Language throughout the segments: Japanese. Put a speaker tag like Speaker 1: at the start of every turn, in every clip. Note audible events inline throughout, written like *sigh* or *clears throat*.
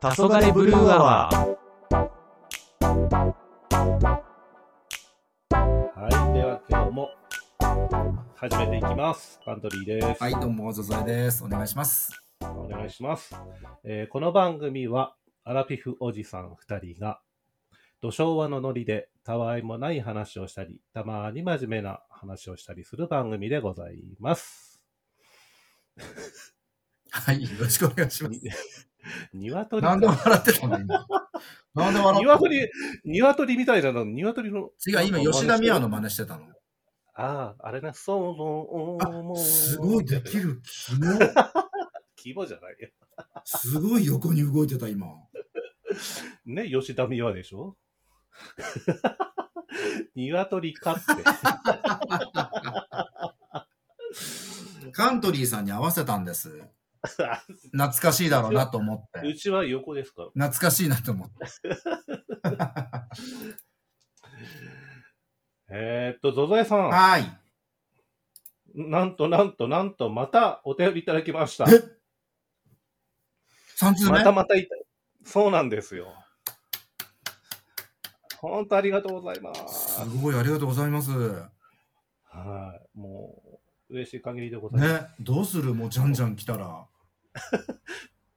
Speaker 1: 黄昏ブルーアワー。
Speaker 2: はい、では今日も始めていきます。パントリーです。
Speaker 3: はい、どうも、ゾゾエです。お願いします。
Speaker 2: お願いします、えーこの番組はアラピフおじさん2人が、土昭和のノリでたわいもない話をしたり、たまに真面目な話をしたりする番組でございます。
Speaker 3: はい、よろしくお願いします。
Speaker 2: *laughs* 鶏
Speaker 3: なんで笑ってた
Speaker 2: *laughs*
Speaker 3: の今。なんで笑って
Speaker 2: 鶏、鶏みたいなの、鶏の。
Speaker 3: た違う、今、吉田美和の真似してたの。
Speaker 2: ああ、あれな、そう思う。
Speaker 3: あ、すごいでき。る。すごい。
Speaker 2: 規模じゃないよ。
Speaker 3: すごい横に動いてた、今。
Speaker 2: ね、吉田美和でしょ鶏かって。
Speaker 3: カントリーさんに合わせたんです。
Speaker 2: あ
Speaker 3: 懐かしいだろうなと思っ
Speaker 2: う
Speaker 3: て。
Speaker 2: ちは横ですから。
Speaker 3: 懐かしいなと思って。
Speaker 2: えー、っと、ゾゾエさん。
Speaker 3: はーい。
Speaker 2: なんとなんとなんと、またお便りいただきました。
Speaker 3: え3通目
Speaker 2: またまたいた。そうなんですよ。本当ありがとうございますす。
Speaker 3: ごい、ありがとうございます。
Speaker 2: はい。もう、嬉しい限りでございま
Speaker 3: ね、どうするもう、じゃんじゃん来たら。
Speaker 2: す。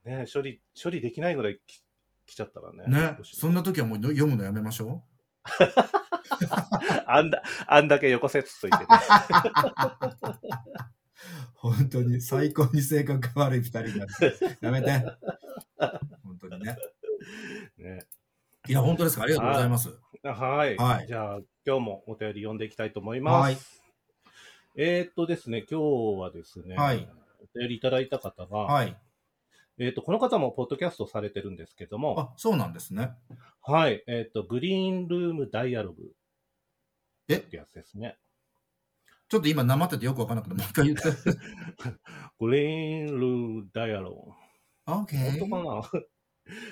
Speaker 2: ね処理、処理できないぐらいき来ちゃったらね。
Speaker 3: ね、そん
Speaker 2: な。
Speaker 3: な時はもう読むのやめましょ
Speaker 2: *laughs* あんだ、あんだけ横セットつい
Speaker 3: *laughs*
Speaker 2: てね。
Speaker 3: う。本当に、最高に性格が悪い二人
Speaker 2: *laughs*
Speaker 3: が。やめて。本当にね。
Speaker 2: ね
Speaker 3: いや、本当ですか。ありがとうございます。
Speaker 2: はい、
Speaker 3: はい
Speaker 2: じゃあ、今日もお便り読んでいきたいと思います。
Speaker 3: はい。
Speaker 2: えーっとですね、今日はですね、
Speaker 3: はい
Speaker 2: お便りいただいた方が、
Speaker 3: はい。
Speaker 2: えーっと、この方もポッドキャストされてるんですけども、
Speaker 3: あ、そうなんですね。
Speaker 2: はい、えーっと、グリーンルームダイアログ
Speaker 3: え
Speaker 2: ってやつですね。
Speaker 3: ちょっと今、なまっててよくわからなくて、もう一回言って。
Speaker 2: グリーンルームダイアロ
Speaker 3: オッケ
Speaker 2: グ。本当
Speaker 3: ー。
Speaker 2: かな *laughs*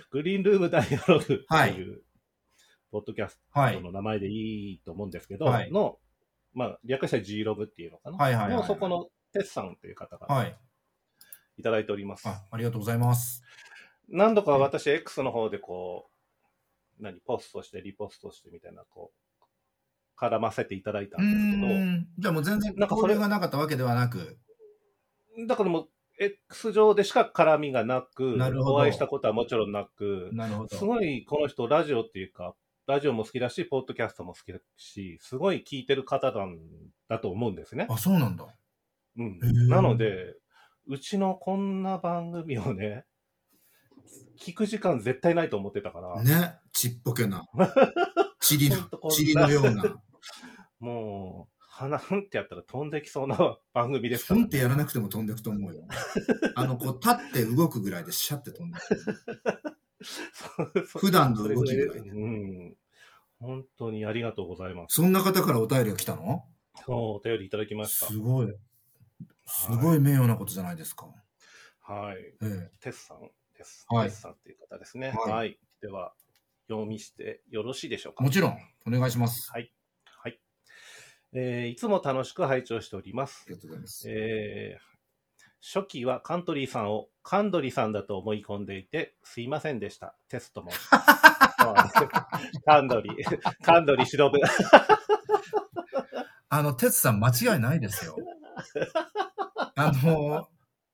Speaker 2: グリーンルームダイアログっていう、
Speaker 3: はい
Speaker 2: ポッドキャス
Speaker 3: は
Speaker 2: ト
Speaker 3: い。
Speaker 2: の名前でいいと思うんですけど、
Speaker 3: はい
Speaker 2: の、まあ、略して G ログっていうのかな。
Speaker 3: はいはいはいはい
Speaker 2: の、そこの、テスさんという方が
Speaker 3: はい。
Speaker 2: いただいております。
Speaker 3: あ、ありがとうございます。
Speaker 2: 何度か私、X の方でこう、何、ポストして、リポストしてみたいな、こう、絡ませていただいた
Speaker 3: うー
Speaker 2: んです
Speaker 3: ん。じゃあもう全然
Speaker 2: なんかそ
Speaker 3: 交
Speaker 2: れ
Speaker 3: 流がなかったわけではなく。
Speaker 2: けど、だからもう、X 上でしか絡みがなく、
Speaker 3: なるほど
Speaker 2: お会いしたことはもちろんなく、
Speaker 3: なるほ
Speaker 2: す
Speaker 3: ど。
Speaker 2: ごいこの人、ラジオっていうか、ラジオも好きだし、ポッドキャストも好きだし、すごい聞いてる方なんだと思うんですね。
Speaker 3: あ、そうなんだ。
Speaker 2: うん
Speaker 3: ー。
Speaker 2: なので、うちのこんな番組をね、聞く時間絶対ないと思ってたから、
Speaker 3: ね。ちっぽ
Speaker 2: *laughs*
Speaker 3: けな。ちり
Speaker 2: ほんとこ
Speaker 3: の、
Speaker 2: んな
Speaker 3: ちりのような。
Speaker 2: もう、鼻 *laughs* ふんってやったら飛んできそうな番組ですか
Speaker 3: ふ
Speaker 2: ら
Speaker 3: んってやらなくても飛んでくと思うよ。あの、こう、立って動くぐらいでシャって飛
Speaker 2: *laughs*
Speaker 3: んでくる。
Speaker 2: そうそう
Speaker 3: 普段の
Speaker 2: それ
Speaker 3: 動
Speaker 2: ぐ
Speaker 3: き
Speaker 2: らい
Speaker 3: ぐらいで。
Speaker 2: うん。本当にありがとうございます。
Speaker 3: そんな方からお便りが来たの
Speaker 2: そうお便りいただきまし
Speaker 3: すごい。すごい名誉なことじゃないですか。
Speaker 2: た。はい。
Speaker 3: え
Speaker 2: テスさんです。
Speaker 3: はい
Speaker 2: テスさんっていう方ですね。は。
Speaker 3: はいい
Speaker 2: では、読みしてよろしいでしょう
Speaker 3: え、
Speaker 2: か。
Speaker 3: もちろん、お願いします。
Speaker 2: はい。はい。えーいつも楽しく拝聴しております
Speaker 3: あ。りがとうございます。
Speaker 2: えー初期はカントリーさんをカンドリさんだと思い込んでいて、すいませんでした。テスト
Speaker 3: *laughs*
Speaker 2: も。カンドリ、カンドリしのぶ。
Speaker 3: あの、哲さん、間違いないです *laughs* よ。あの、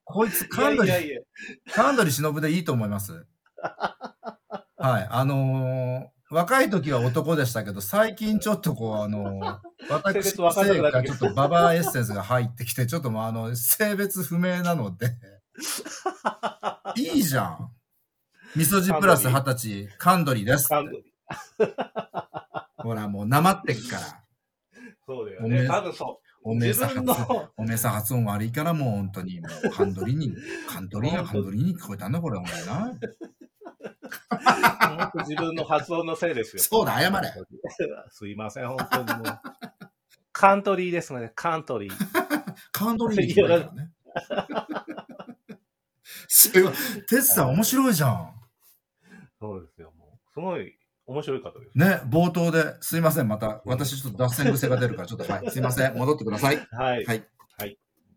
Speaker 3: こいつ、カンド
Speaker 2: い
Speaker 3: リ
Speaker 2: や、いやい
Speaker 3: カンドリ忍でいいと思います。はい、あのー若い時は男でしたけど、最近ちょっとこう、あのー
Speaker 2: 性
Speaker 3: 私
Speaker 2: 別
Speaker 3: の
Speaker 2: わかんな
Speaker 3: 性
Speaker 2: くなっ
Speaker 3: が
Speaker 2: てき
Speaker 3: ちょったとババアエッセンスが入ってきて、ちょっともうあの、性別不明なので、いいじゃん。みそじプラス二十歳、カンドリで
Speaker 2: や
Speaker 3: す
Speaker 2: カ。ンドリ。
Speaker 3: ほら、もうなまってっから。
Speaker 2: そうだよ
Speaker 3: ごめ
Speaker 2: ね。
Speaker 3: ん
Speaker 2: 多分そ
Speaker 3: お
Speaker 2: う。
Speaker 3: めえ
Speaker 2: 自
Speaker 3: さ
Speaker 2: 分
Speaker 3: 発
Speaker 2: の、
Speaker 3: 音、おめえさ発音悪いからもう本当に、もうカンドリに、カンドリがカンドリに聞こえたんだ、これ、お前な。
Speaker 2: 本当自分の発音のせいですよ。
Speaker 3: そうだ、謝れ。
Speaker 2: すいません、本当にもう。カントリーですので、カントリー。
Speaker 3: カンドリーに行けばいいからね。すごい。テツさん面白いじゃん。
Speaker 2: そうですよ、もう。すごい面白い方です。
Speaker 3: ね、冒頭で、すいません、また、私ちょっと脱線癖が出るから、ちょっと、はい、すいません、戻ってください。
Speaker 2: はい。
Speaker 3: はい。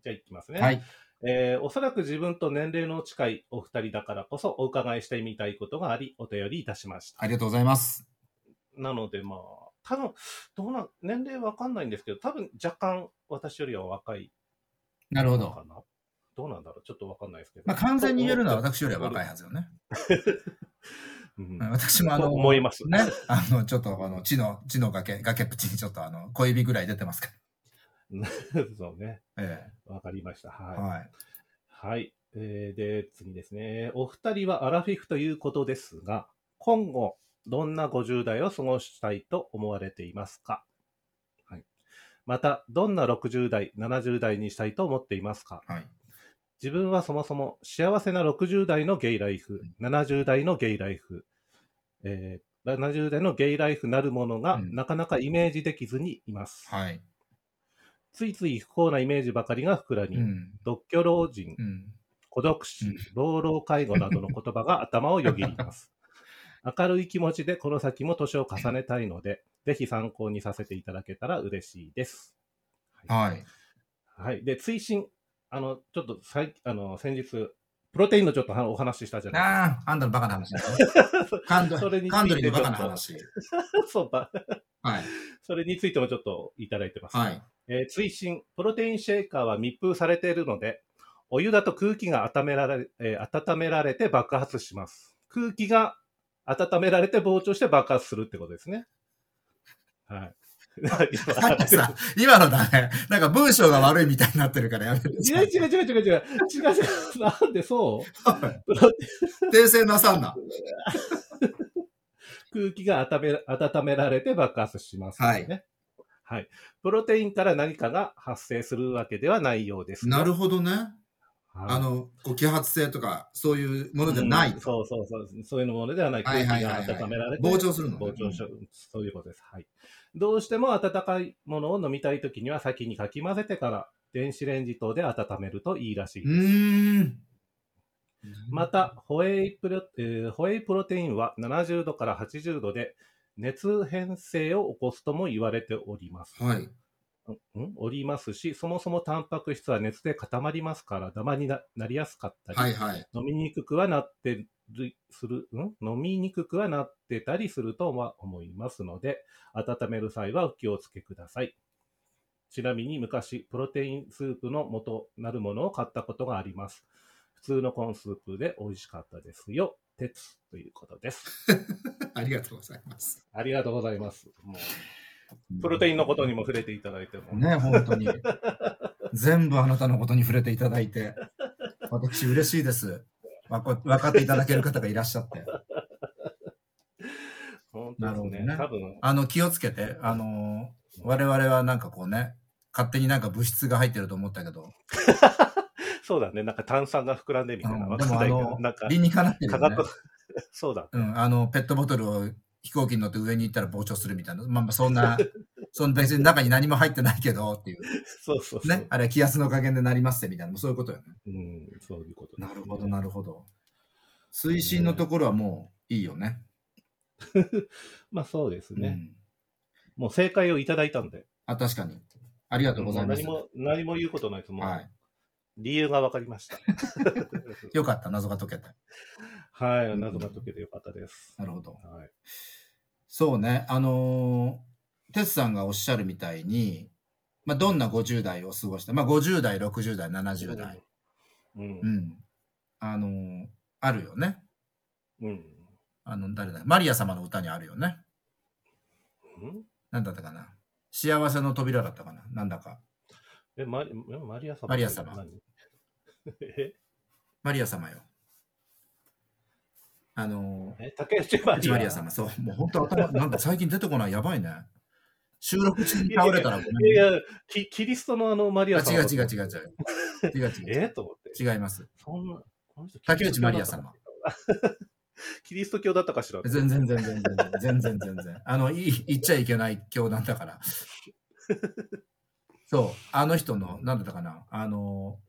Speaker 2: じゃあ、いきますね。
Speaker 3: はい。
Speaker 2: えーおそらく自分と年齢の近いお二人だからこそお伺いしてみたいことがあり、お便りいたしました。
Speaker 3: ありがとうございます。
Speaker 2: なのでまあ、多分、どうなん、年齢わかんないんですけど、多分若干私よりは若い
Speaker 3: なるほ
Speaker 2: の
Speaker 3: ど
Speaker 2: か。な。どうなんだろうちょっとわかんないですけど。
Speaker 3: まあ、完全に言えるのは私よりは若いはずよね。
Speaker 2: うん
Speaker 3: はい私もあ
Speaker 2: と
Speaker 3: の、
Speaker 2: 思います。
Speaker 3: ね、あの、ちょっとあの、地の、地の崖、崖っぷちにちょっとあの、小指ぐらい出てますか
Speaker 2: そうね。
Speaker 3: ら。え
Speaker 2: わかりました。
Speaker 3: え
Speaker 2: はい。
Speaker 3: はい。
Speaker 2: はい。えーで、次ですね。お二人はアラフィフということですが、今後、どんな50代を過ごしたいと思われていますかはい。また、どんな60代、70代にしたいと思っていますか
Speaker 3: はい。
Speaker 2: 自分はそもそも幸せな60代のゲイライフ、70代のゲイライフ、えー70代のゲイライフなるものが
Speaker 3: うん
Speaker 2: なかなかイメージできずにいます。
Speaker 3: はい。
Speaker 2: ついつい不幸なイメージばかりが膨らみ、
Speaker 3: うん。
Speaker 2: 独居老人、
Speaker 3: うん。
Speaker 2: 孤独死
Speaker 3: うん、
Speaker 2: 老老介護などの言葉が頭をよぎり
Speaker 3: *laughs*
Speaker 2: ます。明るい気持ちでこの先も年を重ねたいので、ぜひ参考にさせていただけたら嬉しいです。
Speaker 3: はい。
Speaker 2: はい。で、追伸、あの、ちょっとさい、あの、先日、プロテインのちょっとお話ししたじゃない
Speaker 3: ああ、あんたのバカな *laughs* 話だね。カンド
Speaker 2: それについて
Speaker 3: カンドリのバカな話。
Speaker 2: ですか。 *laughs* そうば
Speaker 3: はい。
Speaker 2: それについてもちょっといただいてます。
Speaker 3: はい。
Speaker 2: えー追伸、プロテインシェーカーは密封されているので、お湯だと空気が温められ、えー温められて爆発します。空気が温められて膨張して爆発するってことですね。はい。
Speaker 3: *laughs* なんかさ、今のだね、なんか文章が悪いみたいになってるからやめ
Speaker 2: *laughs*
Speaker 3: てくだ
Speaker 2: 違
Speaker 3: さ
Speaker 2: う
Speaker 3: い。
Speaker 2: 違う違う違う違う違う違う。なんでそうプロテ
Speaker 3: 訂正なさんな。
Speaker 2: 空気が温め温められて爆発します、ね。はい。はい。プロテインから何かが発生するわけではないようです。
Speaker 3: なる
Speaker 2: ほ
Speaker 3: ほどね。
Speaker 2: ど。はい
Speaker 3: あの、こう揮発性とか、そういうものじゃない
Speaker 2: うん。そうそうそう。そういうものではない。
Speaker 3: は
Speaker 2: 空
Speaker 3: い
Speaker 2: 気
Speaker 3: はいはい
Speaker 2: が
Speaker 3: はい
Speaker 2: 温められて。
Speaker 3: 膨張するのね
Speaker 2: 膨張しそういうことです。はい。どうしても温かいものを飲みたいときには先にかき混ぜてから電子レンジ等で温めるといいらしい。
Speaker 3: うーん。
Speaker 2: また、ホエイプロ、えーホエイプロテインは70度から80度で熱変性を起こすとも言われております。
Speaker 3: はい。
Speaker 2: んおりますし、そもそもタンパク質は熱で固まりますから、ダマにななりやすかったり、
Speaker 3: はいはい。 *laughs*
Speaker 2: 飲みにくくはなってる、する、ん飲みにくくはなってたりするとは思いますので、温める際はお気をつけください。ちなみに昔、プロテインスープの元なるものを買ったことがあります。普通のコーンスープで美味しかったですよ。鉄ということです。
Speaker 3: ありがとうございます。
Speaker 2: ありがとうございます。もうプロテインのことにも触れていただいても。
Speaker 3: ね、本当に。全部あなたのことに触れていただいて、私嬉しいです。わこ分かっていただける方がいらっしゃって。
Speaker 2: 本当ですね。
Speaker 3: なる
Speaker 2: 多
Speaker 3: ほ
Speaker 2: 分、
Speaker 3: あの、気をつけて、あのー我々はなんかこうね、勝手になんか物質が入ってると思ったけど、
Speaker 2: そうだね。なんか炭酸が膨らんでみたいな。
Speaker 3: うん
Speaker 2: わ
Speaker 3: で
Speaker 2: かん
Speaker 3: も
Speaker 2: な
Speaker 3: あ
Speaker 2: いけ
Speaker 3: の
Speaker 2: ど、なんか、
Speaker 3: 理にかなってる
Speaker 2: か
Speaker 3: よ
Speaker 2: か
Speaker 3: ね
Speaker 2: と。、 *laughs* そうだ。
Speaker 3: うん、あの、ペットボトルを飛行機に乗って上に行ったら膨張するみたいな。まあまあ、そん
Speaker 2: *laughs*
Speaker 3: な、その別に中に何も入ってないけどっていう。
Speaker 2: そうそうそう。
Speaker 3: ね、あれは気圧の加減でなりますってみたいな、そういうことよね。
Speaker 2: うん、そういうことです
Speaker 3: なるほど、なるほど。推進のところはもういいよね。
Speaker 2: まあそうです
Speaker 3: う
Speaker 2: ね。
Speaker 3: ん
Speaker 2: もう正解をいただいたんで。
Speaker 3: あ、確かに。ありがとうございます。
Speaker 2: もう何も、何も言うことないです。も
Speaker 3: は
Speaker 2: う、
Speaker 3: い。
Speaker 2: 理由が分かりま
Speaker 3: *laughs*
Speaker 2: した。
Speaker 3: よかった、謎が解けて。
Speaker 2: はい、謎が解けてよかったです。
Speaker 3: なるほど。
Speaker 2: はい。
Speaker 3: そうね、あのー、哲さんがおっしゃるみたいに、まあ、どんな50代を過ごした、まあ、50代、60代、70代、
Speaker 2: うん。
Speaker 3: う
Speaker 2: うん。
Speaker 3: ん。あのーあるよね。
Speaker 2: うん。
Speaker 3: あの、誰だマリア様の歌にあるよね。
Speaker 2: うん
Speaker 3: なんだったかな。幸せの扉だったかな。なんだか。
Speaker 2: え、マリえマリア様
Speaker 3: マリア様
Speaker 2: 何 *laughs* え、
Speaker 3: マリア様よ。あのー、
Speaker 2: え竹内マリア
Speaker 3: マリア様、そう。もう本当
Speaker 2: *laughs*
Speaker 3: 頭、なんか最近出てこない、やばいね。収録中に倒れたらごめん。
Speaker 2: いやいやキ、キリストのあのマリア
Speaker 3: あ違
Speaker 2: 様。
Speaker 3: う違う違
Speaker 2: う。
Speaker 3: う違う。違う違う。
Speaker 2: えと思って。
Speaker 3: 違います。
Speaker 2: そんな、この人
Speaker 3: 竹内マリア様。
Speaker 2: キリスト教だったかしら。
Speaker 3: 全然全然全然全然全然。あの、いい言っちゃいけない教団だから。そう。あの人の、なんだったかな。あの、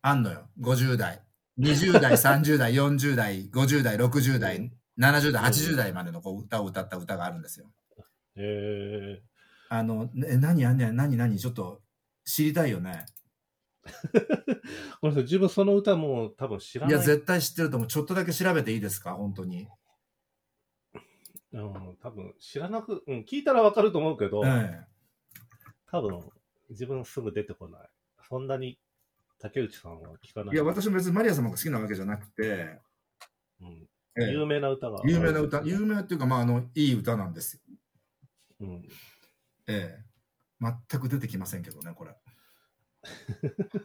Speaker 3: あんのよ。50代。20代、30代、40代、50代、60代、70代、80代までのこう歌を歌った歌があるんですよ。
Speaker 2: え
Speaker 3: あの、ね、何あんねん、何何ちょっと知りたいよね。
Speaker 2: ごめんなさい、自分その歌もう多分知ら
Speaker 3: い
Speaker 2: ない。
Speaker 3: や、絶対知ってると思う。ちょっとだけ調べていいですか本当に。
Speaker 2: うん、多分知らなく、うん、聞いたらわかると思うけど、
Speaker 3: え
Speaker 2: 多分自分すぐ出てこない。そんなに竹内さんは聞かない。
Speaker 3: えいや、私も別にマリア様が好きなわけじゃなくて、
Speaker 2: うん、
Speaker 3: ええ
Speaker 2: 有名な歌が。
Speaker 3: 有名な歌、有名っていうか、まあ、あの、いい歌なんですよ。
Speaker 2: うん。
Speaker 3: ええ。全く出てきませんけどね、 *laughs* これ。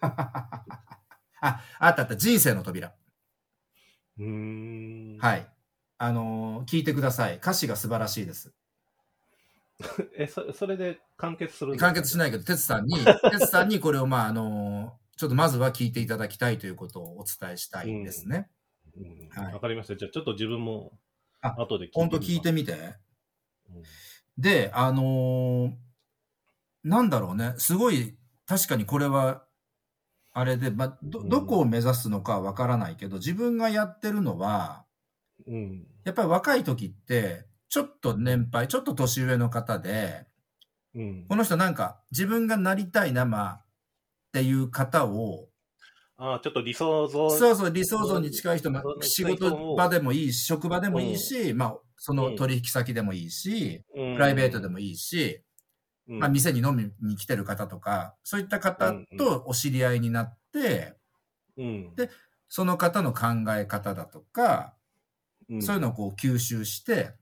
Speaker 3: あ、あったあった。人生の扉。
Speaker 2: うーん。
Speaker 3: はい。あのー聞いてください。歌詞が素晴らしいです。
Speaker 2: *laughs* え、そそれで完結するんですか
Speaker 3: 完結しないけど、哲さ *laughs* んに、哲さんにこれを、まあ、あのーちょっとまずは聞いていただきたいということをお伝えしたいんですね。
Speaker 2: うんわ、
Speaker 3: はい
Speaker 2: かりました。じゃあちょっと自分も
Speaker 3: あ
Speaker 2: 後で聞いてみます。
Speaker 3: ほんと聞いてみて。
Speaker 2: うん
Speaker 3: で、あのーなんだろうね、すごい、確かにこれは、あれで、まあ、ど、どこを目指すのかわからないけど、自分がやってるのは、
Speaker 2: うん。
Speaker 3: やっぱり若い時って、ちょっと年配、ちょっと年上の方で、
Speaker 2: うん
Speaker 3: こ。の人なんか自分がなりたい生っていう方を、
Speaker 2: ああ、ちょっと理想像。
Speaker 3: そうそう理想像に近い人も
Speaker 2: そうそう
Speaker 3: 仕事場でもいいし、職場でもいいし、まあ、その取引先でもいいし、
Speaker 2: うん
Speaker 3: プライベートでもいいし、
Speaker 2: うん
Speaker 3: まあ、店に飲みに来てる方とか、そういった方とお知り合いになって、
Speaker 2: うん
Speaker 3: でその方の考え方だとか、
Speaker 2: うん
Speaker 3: そういうのをこう吸収して、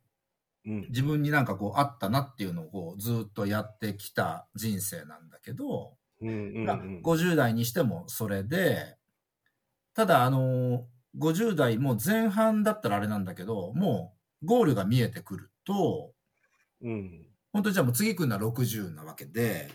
Speaker 2: うん
Speaker 3: 自分になんかこうあったなっていうのをこうずっとやってきた人生なんだけど、
Speaker 2: うんうん
Speaker 3: まあ50代にしてもそれで、ただ、あのー、50代もう前半だったらあれなんだけど、もうゴールが見えてくると、
Speaker 2: うん。
Speaker 3: 本当にじゃあもう次来るのは60なわけで、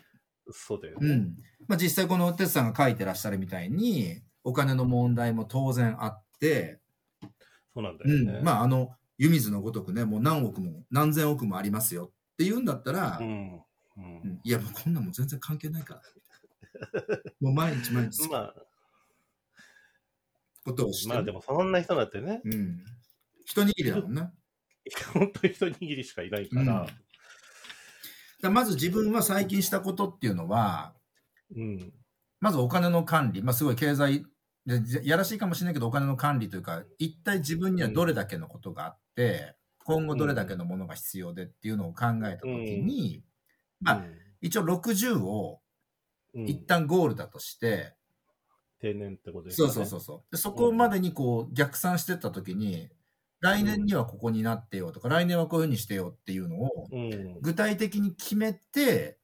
Speaker 2: そうだよ
Speaker 3: う
Speaker 2: ね。
Speaker 3: ん。まあ実際この哲さんが書いてらっしゃるみたいに、お金の問題も当然あって、
Speaker 2: そうなんだ
Speaker 3: う
Speaker 2: よ
Speaker 3: ん。
Speaker 2: ね。
Speaker 3: まああの、湯水のごとくね、もう何億も、何千億もありますよって言うんだったら、
Speaker 2: うん。う。
Speaker 3: うんんいやもうこんなもん全然関係な
Speaker 2: *laughs*
Speaker 3: いから、もう毎日毎日好き
Speaker 2: ま
Speaker 3: な
Speaker 2: あ、
Speaker 3: ことをしてね、
Speaker 2: まあでもそんな人だってね、
Speaker 3: うん。一握りだもんね。だか
Speaker 2: 本当に一握りしかいないから、
Speaker 3: らまず自分は最近したことっていうのは、
Speaker 2: うん。
Speaker 3: まずお金の管理、まあすごい経済、でじゃやらしいかもしれないけど、お金の管理というか、一体自分にはどれだけのことがあって、今後どれだけのものが必要でっていうのを考えたときに、まあ一応60を
Speaker 2: うん、
Speaker 3: 一旦ゴールだとして、
Speaker 2: 定年ってことです
Speaker 3: そ
Speaker 2: よ
Speaker 3: う
Speaker 2: ね。
Speaker 3: そうそうそう。でそこまでにこう逆算してったときに、来年にはここになってよとか、来年はこういうふうにしてよっていうのを、
Speaker 2: うん。
Speaker 3: 具体的に決めて、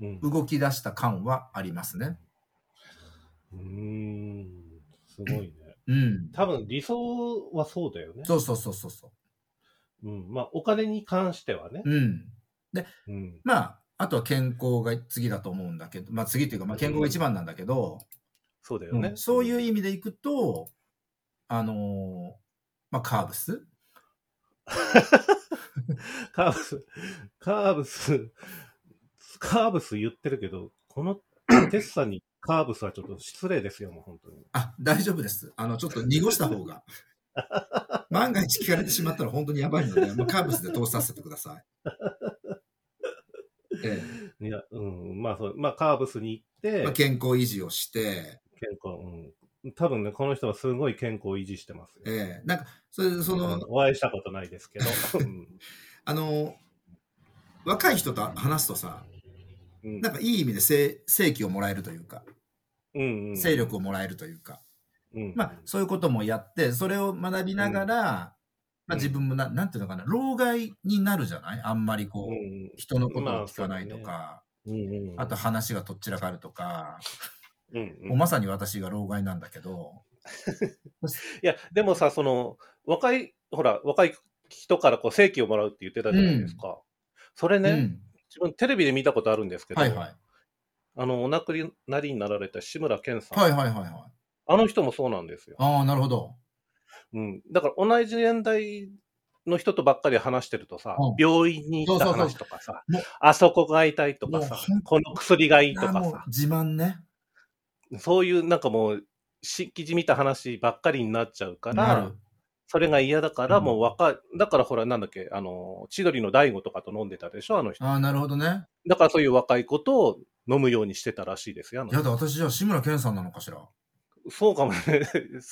Speaker 2: うん。
Speaker 3: 動き出した感はありますね。
Speaker 2: うーん。すごいね。
Speaker 3: うん。
Speaker 2: 多分理想はそうだよね。
Speaker 3: そうそうそうそうそ
Speaker 2: うん。まあお金に関してはね
Speaker 3: う。。うん。
Speaker 2: うん。
Speaker 3: まあ、あとは健康が次だと思うんだけど、まあ次というか、まあ健康が一番なんだけど、
Speaker 2: そうだよね。。
Speaker 3: うんそういううん意味でいくと、あのーまあカーブス
Speaker 2: カーブス、カーブス、カーブス言ってるけど、こ
Speaker 3: *coughs*
Speaker 2: のテスさんにカーブスはちょっと失礼ですよ、もう本当に。
Speaker 3: あ、大丈夫です。あの、ちょっと濁した
Speaker 2: *laughs*
Speaker 3: 方が。万が一聞かれてしまったら本当にやばいので、まあ、カーブスで通させてください。
Speaker 2: *laughs*
Speaker 3: え
Speaker 2: いや、うん、まあそう、まあカーブスに行って、
Speaker 3: えまあ、
Speaker 2: 健
Speaker 3: 健康維持をして、
Speaker 2: 康、うん。多分ね、この人はすごい健康を維持してますよ。
Speaker 3: ええなんか、それでその、
Speaker 2: お会いしたことないです
Speaker 3: *laughs*
Speaker 2: けど。うん
Speaker 3: あの、若い人と話すとさ、
Speaker 2: うん
Speaker 3: なんかいい意味で正正気をもらえるというか、
Speaker 2: うんうん
Speaker 3: 勢力をもらえるというか、
Speaker 2: うん
Speaker 3: まあそういうこともやって、それを学びながら、まあ自分もな、なんていうのかな、老害になるじゃないあんまりこ
Speaker 2: う
Speaker 3: う、
Speaker 2: ん
Speaker 3: 人のことを聞かないとか、
Speaker 2: うんうん
Speaker 3: あと話がとっちらかるとか、
Speaker 2: うんう
Speaker 3: もうんまさに私が老害なんだけど、
Speaker 2: いや、でもさ、その、若い、ほら、若い人からこう、正規をもらうって言ってたじゃないですか。それね、
Speaker 3: うん。
Speaker 2: 自分テレビで見たことあるんですけど、
Speaker 3: はいはい。
Speaker 2: あの、お亡くなりになられた志村けんさん、
Speaker 3: はいはいはいはい。
Speaker 2: あの人もそうなんですよ。
Speaker 3: ああ、なるほど。
Speaker 2: うん。だから同じ年代の人とばっかり話してるとさ、
Speaker 3: うん
Speaker 2: 病院に行った
Speaker 3: そうそう
Speaker 2: 話
Speaker 3: そ
Speaker 2: とかさ、
Speaker 3: もう
Speaker 2: あそこが痛いとかさ
Speaker 3: もうほん、
Speaker 2: この薬がいいと
Speaker 3: あ
Speaker 2: か
Speaker 3: もう
Speaker 2: さ、
Speaker 3: 自慢ね。
Speaker 2: そういうなんかもう、しきじみた話ばっかりになっちゃうか
Speaker 3: な
Speaker 2: ら
Speaker 3: る、。
Speaker 2: それが嫌だから、
Speaker 3: うん
Speaker 2: もう若い、だからほら、なんだっけ、あの、千鳥の大悟とかと飲んでたでしょ、あの人。
Speaker 3: ああ、なるほどね。
Speaker 2: だからそういう若い子と飲むようにしてたらしいですよ。あの
Speaker 3: やだ、私じゃあ志村けんさんな
Speaker 2: *laughs*
Speaker 3: のかしら。
Speaker 2: そうかもね。 *laughs*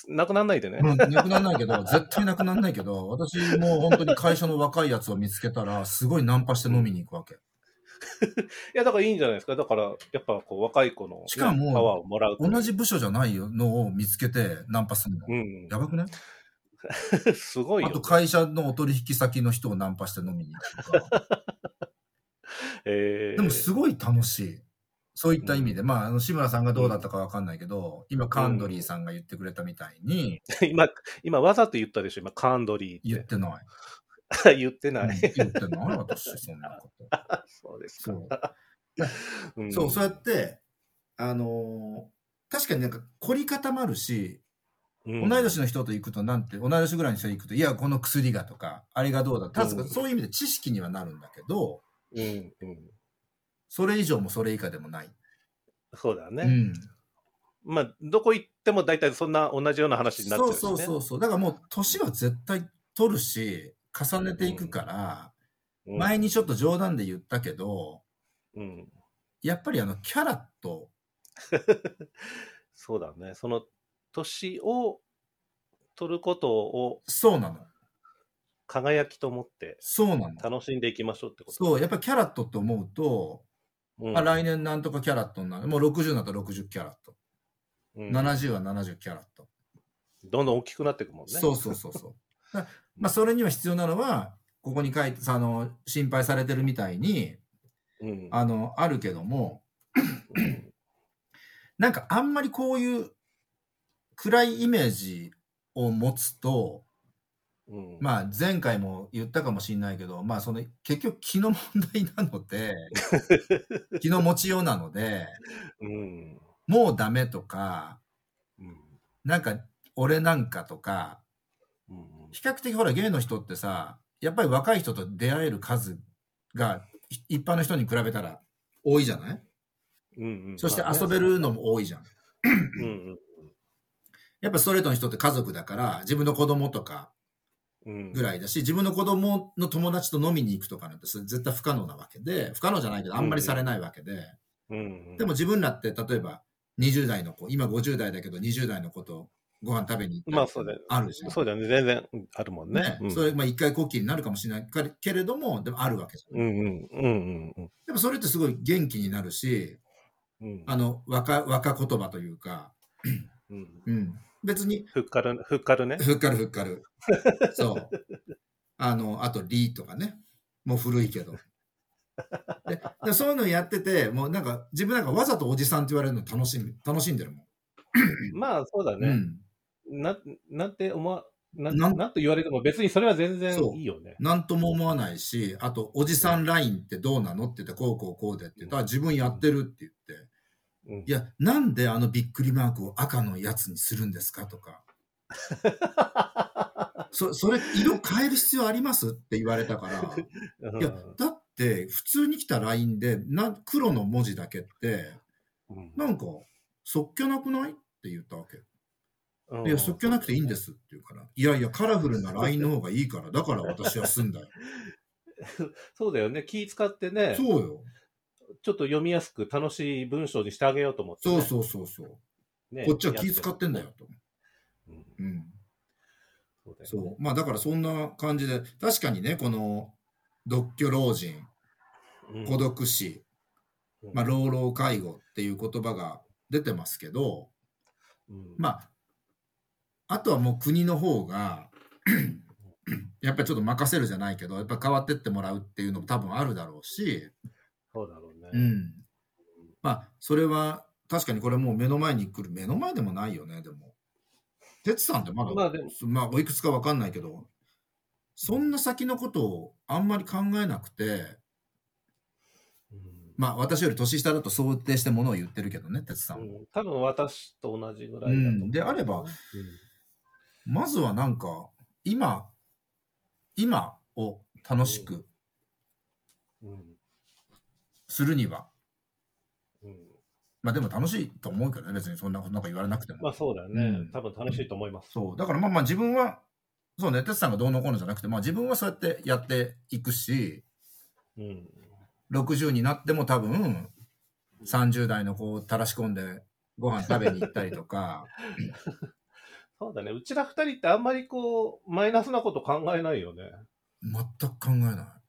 Speaker 2: なくならないでね。
Speaker 3: うん、なくならないけど、絶対なくならないけど、私もう本当に会社の若いやつを見つけたら、すごいナンパして飲みに行くわけ。
Speaker 2: いや、だからいいんじゃないですか。だから、やっぱこう、若い子のね、
Speaker 3: しかも
Speaker 2: パワーをもらう。
Speaker 3: 同。じ部署じゃないのを見つけてナンパするの。
Speaker 2: うん。
Speaker 3: やばくね
Speaker 2: すごい
Speaker 3: あ
Speaker 2: よ
Speaker 3: と。会社のお取引先の人をナンパして飲みに行
Speaker 2: *laughs*
Speaker 3: くとか。
Speaker 2: えー、
Speaker 3: でもすごい楽しい。そういった意味で、まあ、あの、志村さんがどうだったかわかんないけど、今、カンドリーさんが言ってくれたみたいに、
Speaker 2: 今、今わざと言ったでしょ。今、カンドリー
Speaker 3: 言
Speaker 2: っ。
Speaker 3: っててない。
Speaker 2: 言ってな
Speaker 3: うん
Speaker 2: い。
Speaker 3: 言ってない私、そんなこと。
Speaker 2: *laughs* そうです
Speaker 3: そ
Speaker 2: か。
Speaker 3: う。
Speaker 2: うん
Speaker 3: そう、そうやって、あのー確かになんか凝り固まるし、
Speaker 2: うん
Speaker 3: 同い年の人と行くとなんて、同い年ぐらいの人と行くと、いや、この薬がとか、あれがどうだ、確か
Speaker 2: うん
Speaker 3: そういう意味で知識にはなるんだけど、
Speaker 2: うん、うん。
Speaker 3: それ以上もそれ以下でもない。
Speaker 2: そうだ
Speaker 3: う
Speaker 2: ね。
Speaker 3: ん。
Speaker 2: まあ、どこ行っても大体そんな同じような話になっちゃ
Speaker 3: そうう
Speaker 2: しね。
Speaker 3: そうそうそう。だからもう、年は絶対取るし、重ねていくから、
Speaker 2: うん
Speaker 3: 前にちょっと冗談で言ったけど、
Speaker 2: うん。
Speaker 3: やっぱりあの、キャラと、
Speaker 2: そうだね。その、年を取ることを
Speaker 3: そうなの。
Speaker 2: 輝きと思って
Speaker 3: そうなの。
Speaker 2: 楽しんでいきましょうってこと。
Speaker 3: そう、やっぱりキャラットって思うと、
Speaker 2: うん。
Speaker 3: まあ、来年なんとかキャラットになる。もう60になったら60キャラット。
Speaker 2: うん
Speaker 3: 70は70キャラット。
Speaker 2: どんどん大きくなっていくもんね。
Speaker 3: そうそうそうそう。だまあ、それには必要なのは、ここに書いて、あの、心配されてるみたいに、
Speaker 2: うん。
Speaker 3: あの、あるけども、なんかあんまりこういう暗いイメージを持つと、
Speaker 2: うん、あ、
Speaker 3: まあ前回も言ったかもしれないけど、まあその結局気の問題なので、気の持ちようなので、
Speaker 2: うん。
Speaker 3: もうダメとか、
Speaker 2: うん。
Speaker 3: なんか俺なんかとか、
Speaker 2: うん
Speaker 3: 比較的ほらゲイの人ってさやっぱり若い人と出会える数がい一般の人に比べたら多いじゃない、
Speaker 2: うんうん。
Speaker 3: そして
Speaker 2: まあね
Speaker 3: 遊べ。るのも多いじゃん
Speaker 2: うん
Speaker 3: やっぱストレートの人って家族だから自分の子供とか
Speaker 2: うん。うん。
Speaker 3: ぐらいだし自分の子供の友達と飲みに行くとかなんてそれ絶対不可能なわけで不可能じゃないけどあんまりされないわけで、
Speaker 2: うんうん。
Speaker 3: でも自分らって例えば20代の子今50代だけど20代の子とご飯食べに行
Speaker 2: まあ
Speaker 3: った
Speaker 2: そう
Speaker 3: り
Speaker 2: だよ
Speaker 3: あるじゃん、
Speaker 2: そうだね。全然あるもんね。
Speaker 3: ね
Speaker 2: うん、
Speaker 3: それまあ一回こっきりになるかもしれないかけれどもでもあるわけじゃん
Speaker 2: うんうんうんうん
Speaker 3: でもそれってすごい元気になるし、
Speaker 2: うん。
Speaker 3: あの、若、若言葉というか、
Speaker 2: うん。
Speaker 3: うん。別に、
Speaker 2: ふっかる、ふっかるね。
Speaker 3: ふっかるふっかる。そう。あの、あと、リーとかね。もう古いけど。ででそういうのやってて、もうなんか、自分なんかわざとおじさんって言われるの楽しみ、楽しんでるもん。
Speaker 2: まあそうだ
Speaker 3: う
Speaker 2: ね。
Speaker 3: ん。
Speaker 2: な、なんて思わ、な
Speaker 3: なん
Speaker 2: んなんと言われても別にそれは全然
Speaker 3: そう
Speaker 2: いいよね。
Speaker 3: なんとも思わないし、あと、おじさんラインってどうなのって言って、こうこうこうでって言ったら、自分やってるって言って。
Speaker 2: うん
Speaker 3: い、や、なんであのびっくりマークを赤のやつにするんですかと *laughs* か。そそれ、色変える必要ありますって言われたから。
Speaker 2: うん
Speaker 3: いや、だって、普通に来た LINE でな、黒の文字だけって、
Speaker 2: うん
Speaker 3: なんか、そっけなくないって言ったわけ。
Speaker 2: うん
Speaker 3: いや、そっけなくていいんですって言うから。いやいや、カラフルな LINE の方がいいから、だから私は済んだ
Speaker 2: *laughs*
Speaker 3: よ。
Speaker 2: そうだよね。気使ってね、ちょ
Speaker 3: そうよ。
Speaker 2: っと読みやすく楽しい文章にしてあげようと思ってね、
Speaker 3: そうそうそうそう。
Speaker 2: ね
Speaker 3: こっちは気使ってんだ。よ、と。
Speaker 2: やってる
Speaker 3: うん。
Speaker 2: うんそうだよね
Speaker 3: そう。まあだからそんな感じで、確かにね、この、独居老人、
Speaker 2: うん
Speaker 3: 孤独死、
Speaker 2: うん
Speaker 3: まあ老老介護っていう言葉が出てますけど、
Speaker 2: うん
Speaker 3: まあ、あとはもう国の方が、 *clears throat* やっぱりちょっと任せるじゃないけど、やっぱ変わってってもらうっていうのも多分あるだろうし、
Speaker 2: そうだろうね。
Speaker 3: うん。まあ、それは、確かにこれもう目の前に来る、目の前でもないよね、でも。哲さんってまだ、
Speaker 2: まあでも、
Speaker 3: まあ、おいくつかわかんないけど、そんな先のことをあんまり考えなくて、
Speaker 2: うん
Speaker 3: まあ、私より年下だと想定してものを言ってるけどね、哲さんは。
Speaker 2: うん多分私と同じぐらいだと思う
Speaker 3: うんであれば、まずはなんか、今、今を楽しく
Speaker 2: うんうん
Speaker 3: するには、
Speaker 2: うん
Speaker 3: まあでも楽しいと思うけどね、別にそんなことなんか言われなくても。
Speaker 2: まあそうだよね、
Speaker 3: うん
Speaker 2: 多分楽しいと思います。
Speaker 3: そう。だからまあまあ自分は、そうね、哲さんがどうのこうのじゃなくて、まあ自分はそうやってやっていくし、
Speaker 2: うん。
Speaker 3: 60になっても多分、 30代の子をたらし込んでご飯食べに行ったりとか、 *laughs*
Speaker 2: そうだね。うちら二人ってあんまりこう、マイナスなこと考えないよね。
Speaker 3: 全く考えな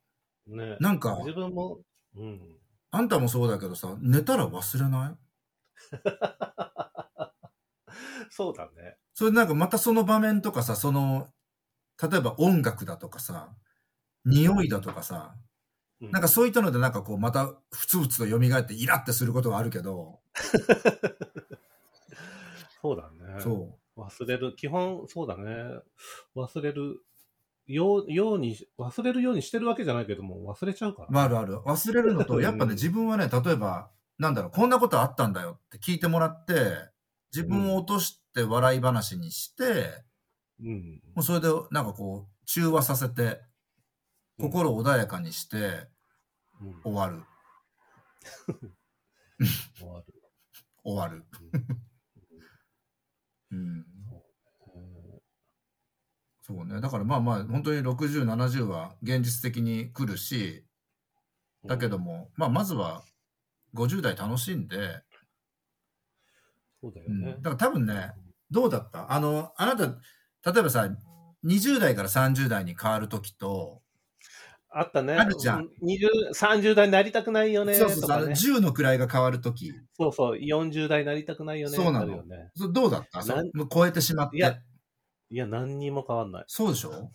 Speaker 2: ね
Speaker 3: い。。なんか、
Speaker 2: 自分も、うん。
Speaker 3: あんたもそうだけどさ、寝たら忘れない
Speaker 2: そうだね。
Speaker 3: それなんかまたその場面とかさ、その、例えば音楽だとかさ、匂いだとかさ、
Speaker 2: うん
Speaker 3: なんかそういったのでなんかこうまたふつふつと蘇ってイラってすることはあるけど、
Speaker 2: そうだね。
Speaker 3: そう。
Speaker 2: 忘れる。基本、そうだね。忘れるようように、忘れるようにしてるわけじゃないけども、忘れちゃうから。
Speaker 3: まあ、あるある。忘れるのと、やっぱね、自分はね、例えば、なんだろう、こんなことあったんだよって聞いてもらって、自分を落として笑い話にして、
Speaker 2: うん。
Speaker 3: もうそれで、なんかこう、中和させて、心穏やかにして
Speaker 2: うん
Speaker 3: 終わる、
Speaker 2: 終わる。
Speaker 3: 終わる。 *laughs* うん。
Speaker 2: うん
Speaker 3: そうね。だからまあまあ、本当に60、70は現実的に来るし、だけど、も、まあまずは50代楽しんで、
Speaker 2: そうだよ
Speaker 3: うん、だ
Speaker 2: ね
Speaker 3: か。ら多分ね、どうだったあの、あなた、例えばさ、20代から30代に変わるときと、
Speaker 2: あったね。
Speaker 3: あるじゃん
Speaker 2: う。20、30代になりたくないよね。
Speaker 3: そうそう
Speaker 2: と
Speaker 3: そう、あ
Speaker 2: か
Speaker 3: の
Speaker 2: ね
Speaker 3: 10の位が変わるとき、
Speaker 2: そうそう、40代になりたくないよね。
Speaker 3: そうなの
Speaker 2: あるよね。
Speaker 3: そどうだったそ
Speaker 2: な
Speaker 3: うんもう超えてしまっ
Speaker 2: いや
Speaker 3: て。
Speaker 2: いや、何にも変わんない。
Speaker 3: そうでしょ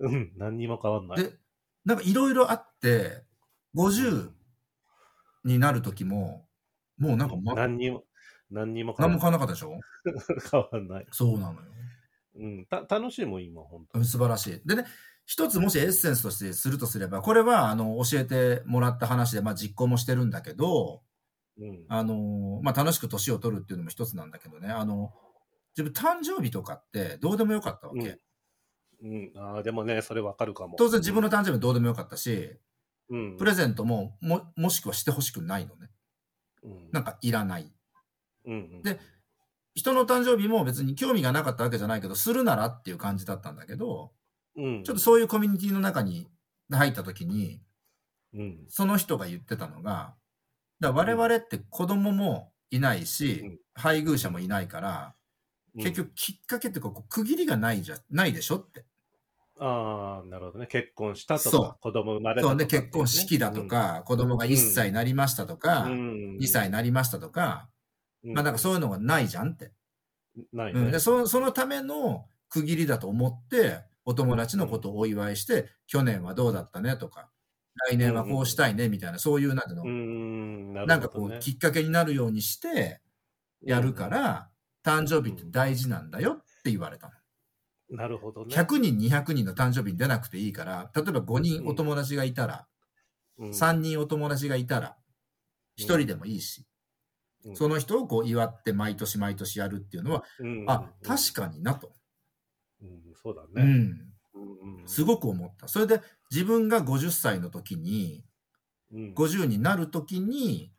Speaker 2: うん、何にも変わんない。
Speaker 3: で、なんかいろいろあって、50になるときも、もうなんか、ま、
Speaker 2: 何にも、何にも変わ
Speaker 3: 何も
Speaker 2: ん
Speaker 3: 変わらなかったでしょ
Speaker 2: 変わんない。
Speaker 3: そうなのよ。
Speaker 2: うん、た楽しいもん、今、本当
Speaker 3: うん素晴らしい。でね、一つもしエッセンスとしてするとすれば、これはあの教えてもらった話で、まあ実行もしてるんだけど、
Speaker 2: うん。
Speaker 3: あのーまあ、楽しく年を取るっていうのも一つなんだけどね、あの、自分誕生日とかってどうでもよかったわけ。
Speaker 2: うんうん、ああ、でもね、それわかるかも。
Speaker 3: 当然自分の誕生日どうでもよかったし、
Speaker 2: うん、
Speaker 3: プレゼントもも、もしくはしてほしくないのね。
Speaker 2: うん
Speaker 3: なんかいらない。
Speaker 2: うん、
Speaker 3: で人の誕生日も別に興味がなかったわけじゃないけど、するならっていう感じだったんだけど、
Speaker 2: うん、
Speaker 3: ちょっとそういうコミュニティの中に入った時に、
Speaker 2: うん、
Speaker 3: その人が言ってたのが、だから我々って子供もいないし、
Speaker 2: うん
Speaker 3: 配偶者もいないか
Speaker 2: う
Speaker 3: ら、
Speaker 2: ん
Speaker 3: 結局きっかけってこうこう区切りがないじゃないでしょって。
Speaker 2: ああ、なるほどね。結婚したと
Speaker 3: そう
Speaker 2: か、子供生まれた
Speaker 3: そ
Speaker 2: と
Speaker 3: う
Speaker 2: か、
Speaker 3: ね、結婚式だと、か、子供が1歳になりましたと
Speaker 2: う
Speaker 3: か、
Speaker 2: ん、
Speaker 3: 2歳になりましたとか、
Speaker 2: うん、
Speaker 3: まあなんかそういうのがないじゃんって。
Speaker 2: ない
Speaker 3: うん、で
Speaker 2: ね。
Speaker 3: そそのための区切りだと思って、お友達のことをお祝いして、去年はどうだったねとか、来年はこうしたいねみたいな、そういうなんていうの、
Speaker 2: うん、な
Speaker 3: なん
Speaker 2: る
Speaker 3: か
Speaker 2: ほ
Speaker 3: こ
Speaker 2: どね
Speaker 3: う、きっかけになるようにしてやるから、誕生日って大事なんだよって言われたの。
Speaker 2: うんなるほどね。
Speaker 3: 100人、200人の誕生日に出なくていいから、例えば5人お友達がいたら、
Speaker 2: うん
Speaker 3: 3人お友達がいたら、1人でもいいし、
Speaker 2: うん
Speaker 3: その人をこう祝って毎年毎年やるっていうのは、
Speaker 2: うん
Speaker 3: あ、確かになと。
Speaker 2: うん、そうだ
Speaker 3: う
Speaker 2: ね。
Speaker 3: ん。
Speaker 2: うん
Speaker 3: すごく思った。それで、自分が50歳の時に、
Speaker 2: うん
Speaker 3: 50になる時に、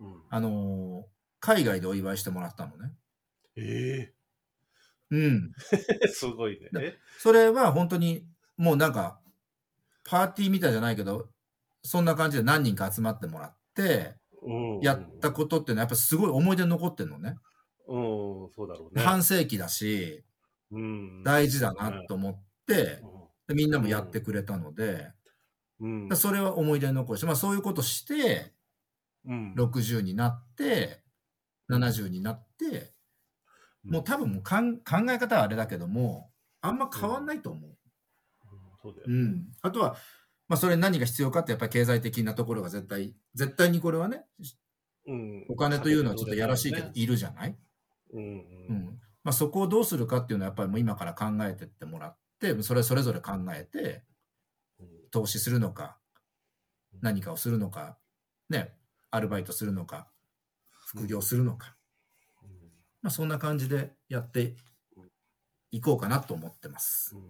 Speaker 2: うん
Speaker 3: あのー海外でお祝いしてもらったのね。
Speaker 2: え
Speaker 3: うん。
Speaker 2: え *laughs* すごいね。
Speaker 3: だ
Speaker 2: え
Speaker 3: それは本当に、もうなんか、パーティーみたいじゃないけど、そんな感じで何人か集まってもらって、
Speaker 2: うん
Speaker 3: やったことってのはやっぱすごい思い出に残ってんのね。
Speaker 2: うん、そうだろう
Speaker 3: で
Speaker 2: ね。
Speaker 3: 半世紀だし、
Speaker 2: うん
Speaker 3: 大事だなと思って、でみんなもやってくれたので、
Speaker 2: うん。
Speaker 3: それは思い出に残るし、まあそういうことして、
Speaker 2: うん
Speaker 3: 60になって、70になって、もう多分もうかん考え方はあれだけども、あんま変わんないと思う。
Speaker 2: うんそうだよ
Speaker 3: う
Speaker 2: ね
Speaker 3: ん。あとは、まあそれに何が必要かってやっぱり経済的なところが絶対、絶対にこれはね、
Speaker 2: うん
Speaker 3: お金というのはちょっとやらしいけど、
Speaker 2: ね
Speaker 3: いるじゃない
Speaker 2: うん
Speaker 3: う
Speaker 2: うん
Speaker 3: ん。まあそこをどうするかっていうのはやっぱりもう今から考えてってもらって、それそれぞれ考えて、投資するのか、何かをするのか、ね、アルバイトするのか、副業するのか。まあ、そんな感じでやっていこうかなと思ってます。
Speaker 2: うん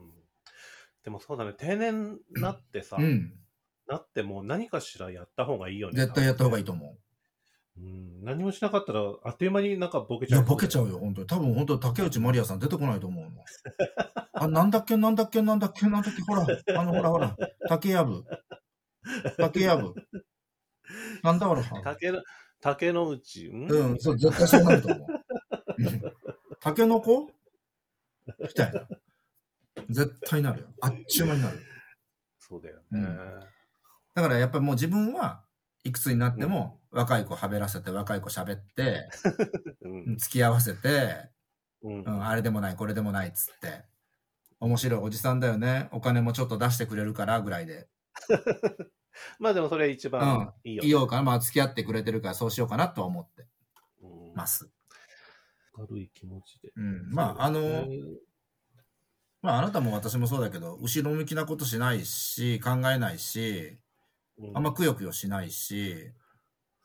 Speaker 2: でもそうだね、定年なってさ、
Speaker 3: うん。
Speaker 2: なってもう何かしらやった方がいいよね。
Speaker 3: 絶対やった方がいい
Speaker 2: い。
Speaker 3: と思
Speaker 2: うん、何もしなかったら、あっという間になんかボケ
Speaker 3: う。い
Speaker 2: ちゃ
Speaker 3: や、
Speaker 2: う。
Speaker 3: ボケちゃうよ、本当に。多分本当に竹内まりやさん出てこないと思うの。 *laughs* あ、なんだっけ、なんだっけ、なんだっけ、なんだっけ、ほら、あの、ほらほら、竹やぶ。竹やぶ。なんだほら。
Speaker 2: 竹の。竹の内、ん
Speaker 3: うん、そう、絶対そう *laughs* なると思う。うんタケノコみたいな。絶対なるよ。あっちゅう間になる。
Speaker 2: そうだよね。
Speaker 3: うんだからやっぱりもう自分はいくつになっても若い子はべらせて若い子喋って
Speaker 2: うん。
Speaker 3: 付き合わせて、
Speaker 2: うん
Speaker 3: うん、あれでもないこれでもないっつって面白いおじさんだよねお金もちょっと出してくれるからぐらいで
Speaker 2: まあでもそれ一番いいよ。
Speaker 3: いようかなまあ付き合ってくれてるからそうしようかなとは思って
Speaker 2: うん
Speaker 3: ます。
Speaker 2: 軽い気持ちで。
Speaker 3: うん、まああの、
Speaker 2: うん
Speaker 3: まああなたも私もそうだけど後ろ向きなことしないし考えないしあんまくよくよしないし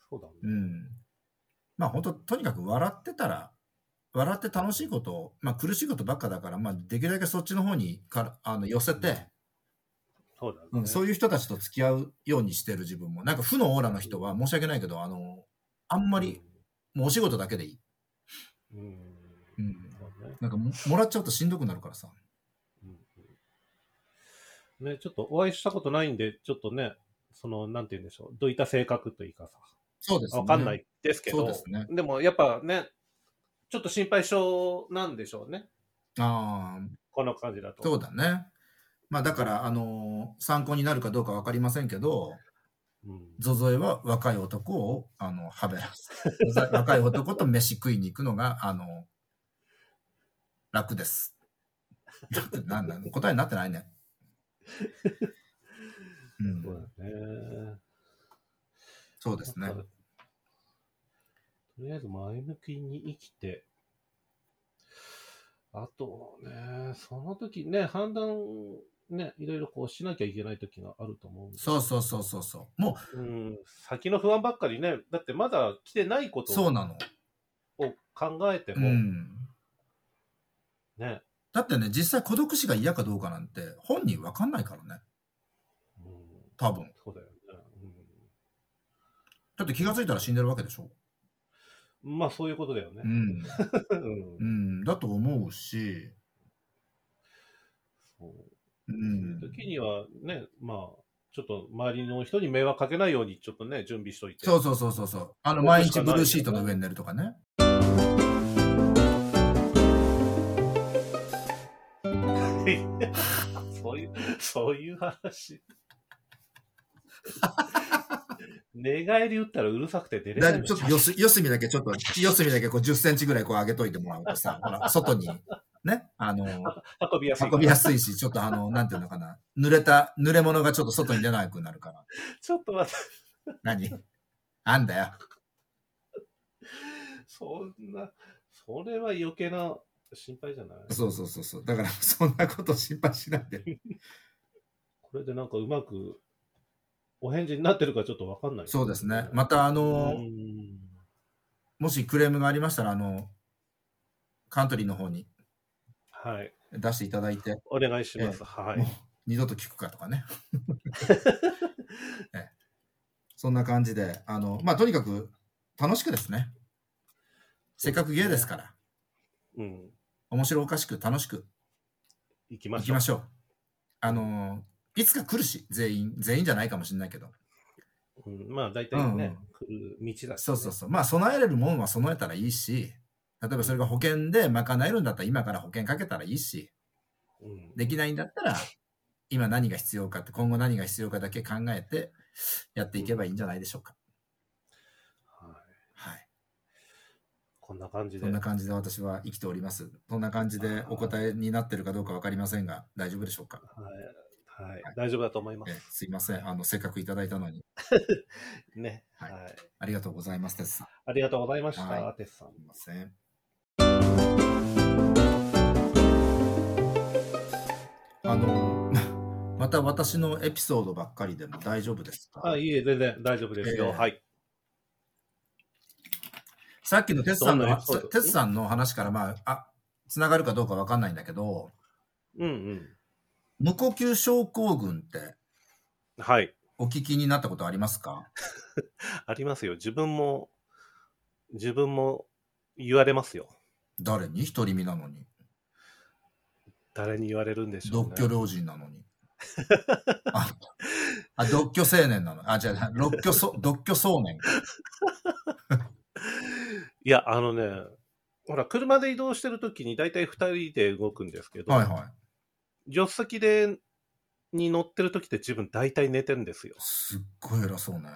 Speaker 2: そうだね。
Speaker 3: うん。まあ本当、とにかく笑ってたら、笑って楽しいことを、まあ苦しいことばっかだから、まあできるだけそっちの方にからあの寄せて、
Speaker 2: そうだね。
Speaker 3: うんそういう人たちと付き合うようにしてる自分も、なんか負のオーラの人は申し訳ないけど、あの、あんまり、もうお仕事だけでいい。
Speaker 2: うん。うん。
Speaker 3: うん。
Speaker 2: そうね
Speaker 3: なんかももらっちゃうとしんどくなるからさ。
Speaker 2: うんうんね、ちょっとお会いしたことないんで、ちょっとね、その、なんて言うんでしょう、どういった性格というかさ、
Speaker 3: そうです
Speaker 2: わかんないですけ
Speaker 3: そう
Speaker 2: ど、
Speaker 3: ですね。
Speaker 2: でもやっぱね、ちょっと心配性なんでしょうね、
Speaker 3: ああ、
Speaker 2: この感じだと。
Speaker 3: そうだね。まあだから、あの参考になるかどうかわかりませんけど、
Speaker 2: うん
Speaker 3: ゾゾエは若い男をあのはべら *laughs* す。若い男と飯食いに行くのがあの楽です。楽なんだ答えになってない *laughs* ね。う
Speaker 2: そ
Speaker 3: ん、
Speaker 2: うだね。
Speaker 3: そうですね
Speaker 2: だ。からとりあえず前向きに生きて、あとね、その時ね、判断、ね、いろいろこうしなきゃいけない時があると思うんで
Speaker 3: そうそうそうそうそう。も
Speaker 2: うん、先の不安ばっかりね、だってまだ来てないこ
Speaker 3: うそう
Speaker 2: と
Speaker 3: なの。
Speaker 2: を考えて
Speaker 3: う
Speaker 2: も、
Speaker 3: ん。
Speaker 2: ね、
Speaker 3: だってね実際孤独死が嫌かどうかなんて本人わかんないからね。
Speaker 2: うん、
Speaker 3: 多分。
Speaker 2: そうだよね。
Speaker 3: だって気がついたら死んでるわけでしょ。
Speaker 2: うん、まあそういうことだよね
Speaker 3: う。ん。
Speaker 2: うん
Speaker 3: うん。だと思うし。
Speaker 2: そうそ
Speaker 3: う。
Speaker 2: ういうん時にはね、まあ、ちょっと周りの人に迷惑かけないように、ちょっとね、準備しといて。
Speaker 3: そうそうそうそうそう。あの
Speaker 2: ここ
Speaker 3: 毎
Speaker 2: しか
Speaker 3: 日
Speaker 2: ない
Speaker 3: ブルーシートの上に寝るとかね。
Speaker 2: *laughs* そういう、そういう
Speaker 3: *laughs*
Speaker 2: 話。寝返り打ったらうるさくて出れな
Speaker 3: だ
Speaker 2: い
Speaker 3: い
Speaker 2: の
Speaker 3: ぶちょっと四隅四隅だけちょっと、四隅だけこう10センチぐらいこう上げといてもらうとさ、
Speaker 2: *laughs*
Speaker 3: ほら、外に、ね、あの、
Speaker 2: 運びやすいから。
Speaker 3: 運びやすいし、ちょっとあの、なんていうのかな、濡れた、濡れ物がちょっと外に出なくなるから。
Speaker 2: ちょっと待って、
Speaker 3: 何 *laughs* あんだよ。
Speaker 2: そんな、それは余計な心配じゃない
Speaker 3: そうそうそうそう。だから、 *laughs* そんなこと心配しないで。
Speaker 2: これでなんかうまくお返事になってるかちょっとわかんない。
Speaker 3: そうですね。また、あ
Speaker 2: う
Speaker 3: の、
Speaker 2: ん
Speaker 3: もしクレームがありましたら、あの、カントリーの方に
Speaker 2: はい。
Speaker 3: 出していただいて、
Speaker 2: お願いします。は
Speaker 3: もう
Speaker 2: い。
Speaker 3: 二度と聞くかとか
Speaker 2: *laughs*
Speaker 3: ね。ええそんな感じで、あの、まあ、とにかく楽しくですね。せっかく芸ですから、
Speaker 2: うん。
Speaker 3: 面白おかしく楽しく
Speaker 2: 行きま
Speaker 3: い
Speaker 2: し
Speaker 3: き
Speaker 2: ょう
Speaker 3: ま。しょう。あの、いつか来るし、全員、全員じゃないかもしれないけど。
Speaker 2: うん、まあ大体ね、来る道だしね
Speaker 3: そうそうそう。まあ、備えれるもんは備えたらいいし、例えばそれが保険で賄えるんだったら今から保険かけたらいいし、
Speaker 2: うん
Speaker 3: できないんだったら今何が必要かって、今後何が必要かだけ考えてやっていけばいいんじゃないでしょうか。
Speaker 2: はい
Speaker 3: はい。
Speaker 2: こんな感じで。
Speaker 3: そんな感じで私は生きております。そんな感じでお答えになってるかどうか分かりませんが、大丈夫でしょうか。
Speaker 2: はい。はい。大丈夫だと思いま
Speaker 3: え
Speaker 2: す。
Speaker 3: すいません。あの、せっかくいただいたのに、
Speaker 2: ね。は
Speaker 3: はいい。ありがとうございますです。す
Speaker 2: ありがとうございました、
Speaker 3: は
Speaker 2: テスさん。
Speaker 3: いません。あの、 *laughs* また私のエピソードばっかりでも大丈夫ですか、
Speaker 2: あ、いいえ、全然大丈夫ですよ。
Speaker 3: ええ
Speaker 2: はい。
Speaker 3: さっきのテツさん
Speaker 2: どんな
Speaker 3: の、
Speaker 2: エピソード
Speaker 3: テツさんの話から、まあ、あ、つながるかどうか分かんないんだけど、
Speaker 2: うんうん。
Speaker 3: 無呼吸症候群って
Speaker 2: はい。
Speaker 3: お聞きになったことありますか
Speaker 2: ありますよ。自分も、自分も言われますよ。
Speaker 3: 誰に独り身なのに。
Speaker 2: 誰に言われるんでしょうね。 *laughs*
Speaker 3: 独居老人なのに。あ、あ独居青年なの。あ、じゃあ、独居そ、独居少年。
Speaker 2: いや、あのね、ほら、車で移動してるときに大体2人で動くんですけど、
Speaker 3: はいはい。
Speaker 2: 助手席で、に乗ってるときって自分大体寝てるんですよ。
Speaker 3: すっごい偉そうね。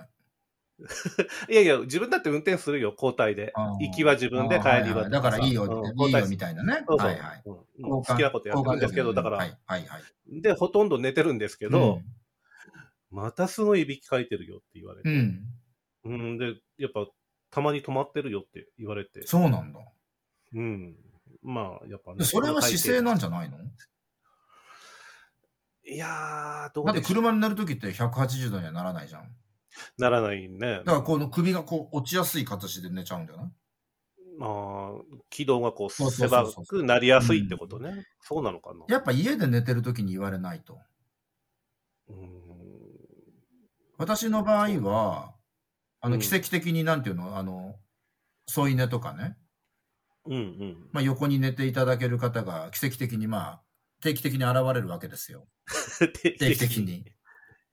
Speaker 2: いやいや、自分だって運転するよ、交代で。
Speaker 3: あー
Speaker 2: 行きは自分で
Speaker 3: あー
Speaker 2: 帰り
Speaker 3: い
Speaker 2: はい
Speaker 3: だからいいよ
Speaker 2: うん
Speaker 3: って、い
Speaker 2: 交
Speaker 3: い
Speaker 2: 代
Speaker 3: よみたいなね。
Speaker 2: そうそう
Speaker 3: はいはい。
Speaker 2: うん好きなことやってるんですけど、だから、
Speaker 3: はいはいはい。
Speaker 2: で、ほとんど寝てるんですけど、またすごいいびきかいてるよって言われ
Speaker 3: うん、
Speaker 2: て、
Speaker 3: うん。
Speaker 2: うん、で、やっぱ、たまに止まってるよって言われて、
Speaker 3: そうなんだ。
Speaker 2: うん。まあ、やっぱ
Speaker 3: でそれは姿勢なんじゃないの
Speaker 2: いやー、ど
Speaker 3: だ
Speaker 2: う
Speaker 3: って
Speaker 2: でしょう
Speaker 3: 車に乗るときって180度にはならないじゃん。
Speaker 2: ならないね。
Speaker 3: だからこの首がこう落ちやすい形で寝ちゃうんじゃない
Speaker 2: まあ、軌道がこう
Speaker 3: そうそうそう
Speaker 2: 狭
Speaker 3: そう
Speaker 2: くなりやすいってことね。そうなのかな。
Speaker 3: やっぱ家で寝てるときに言われないと。
Speaker 2: うん
Speaker 3: 私の場合は、あ
Speaker 2: う
Speaker 3: の
Speaker 2: ん
Speaker 3: 奇跡的になんていうの、あの、添い寝とかね、
Speaker 2: うんうん。
Speaker 3: まあ、横に寝ていただける方が奇跡的にまあ、定期的に現れるわけですよ。
Speaker 2: 定
Speaker 3: 定期的に。。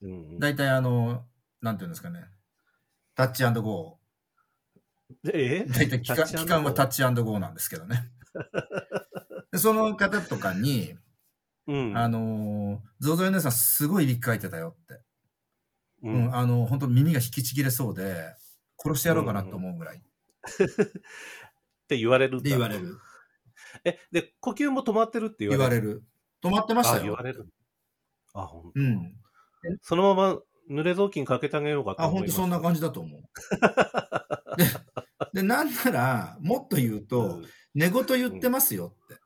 Speaker 2: うんうん、
Speaker 3: 大体あの、なんていうんですかね、タッチゴ
Speaker 2: え
Speaker 3: ー。大体期間
Speaker 2: タッチ
Speaker 3: 期間はタッチゴーなんですけ
Speaker 2: *laughs*
Speaker 3: どね。でその方とかに、
Speaker 2: うん。
Speaker 3: あのー、ゾゾエ姉さんすごいびっかいてたよって。
Speaker 2: う
Speaker 3: うんん、あの、本当耳が引きちぎれそうで、殺してやろうかなと思うぐらい。って
Speaker 2: って言われるんだ
Speaker 3: 言われ。る。
Speaker 2: え、で、呼吸も止まってるって言
Speaker 3: 言
Speaker 2: わ
Speaker 3: わ
Speaker 2: れる。
Speaker 3: れる。止まってました
Speaker 2: あ、言わ
Speaker 3: よ。
Speaker 2: れる。あ、ほん
Speaker 3: うん。
Speaker 2: そのまま濡れ雑巾かけてあげようかと
Speaker 3: あ、
Speaker 2: 思いま
Speaker 3: 本当
Speaker 2: す
Speaker 3: そんな感じだと思
Speaker 2: *laughs*
Speaker 3: う。で、でなんなら、もっと言うと、
Speaker 2: うん
Speaker 3: 寝言言ってますよって。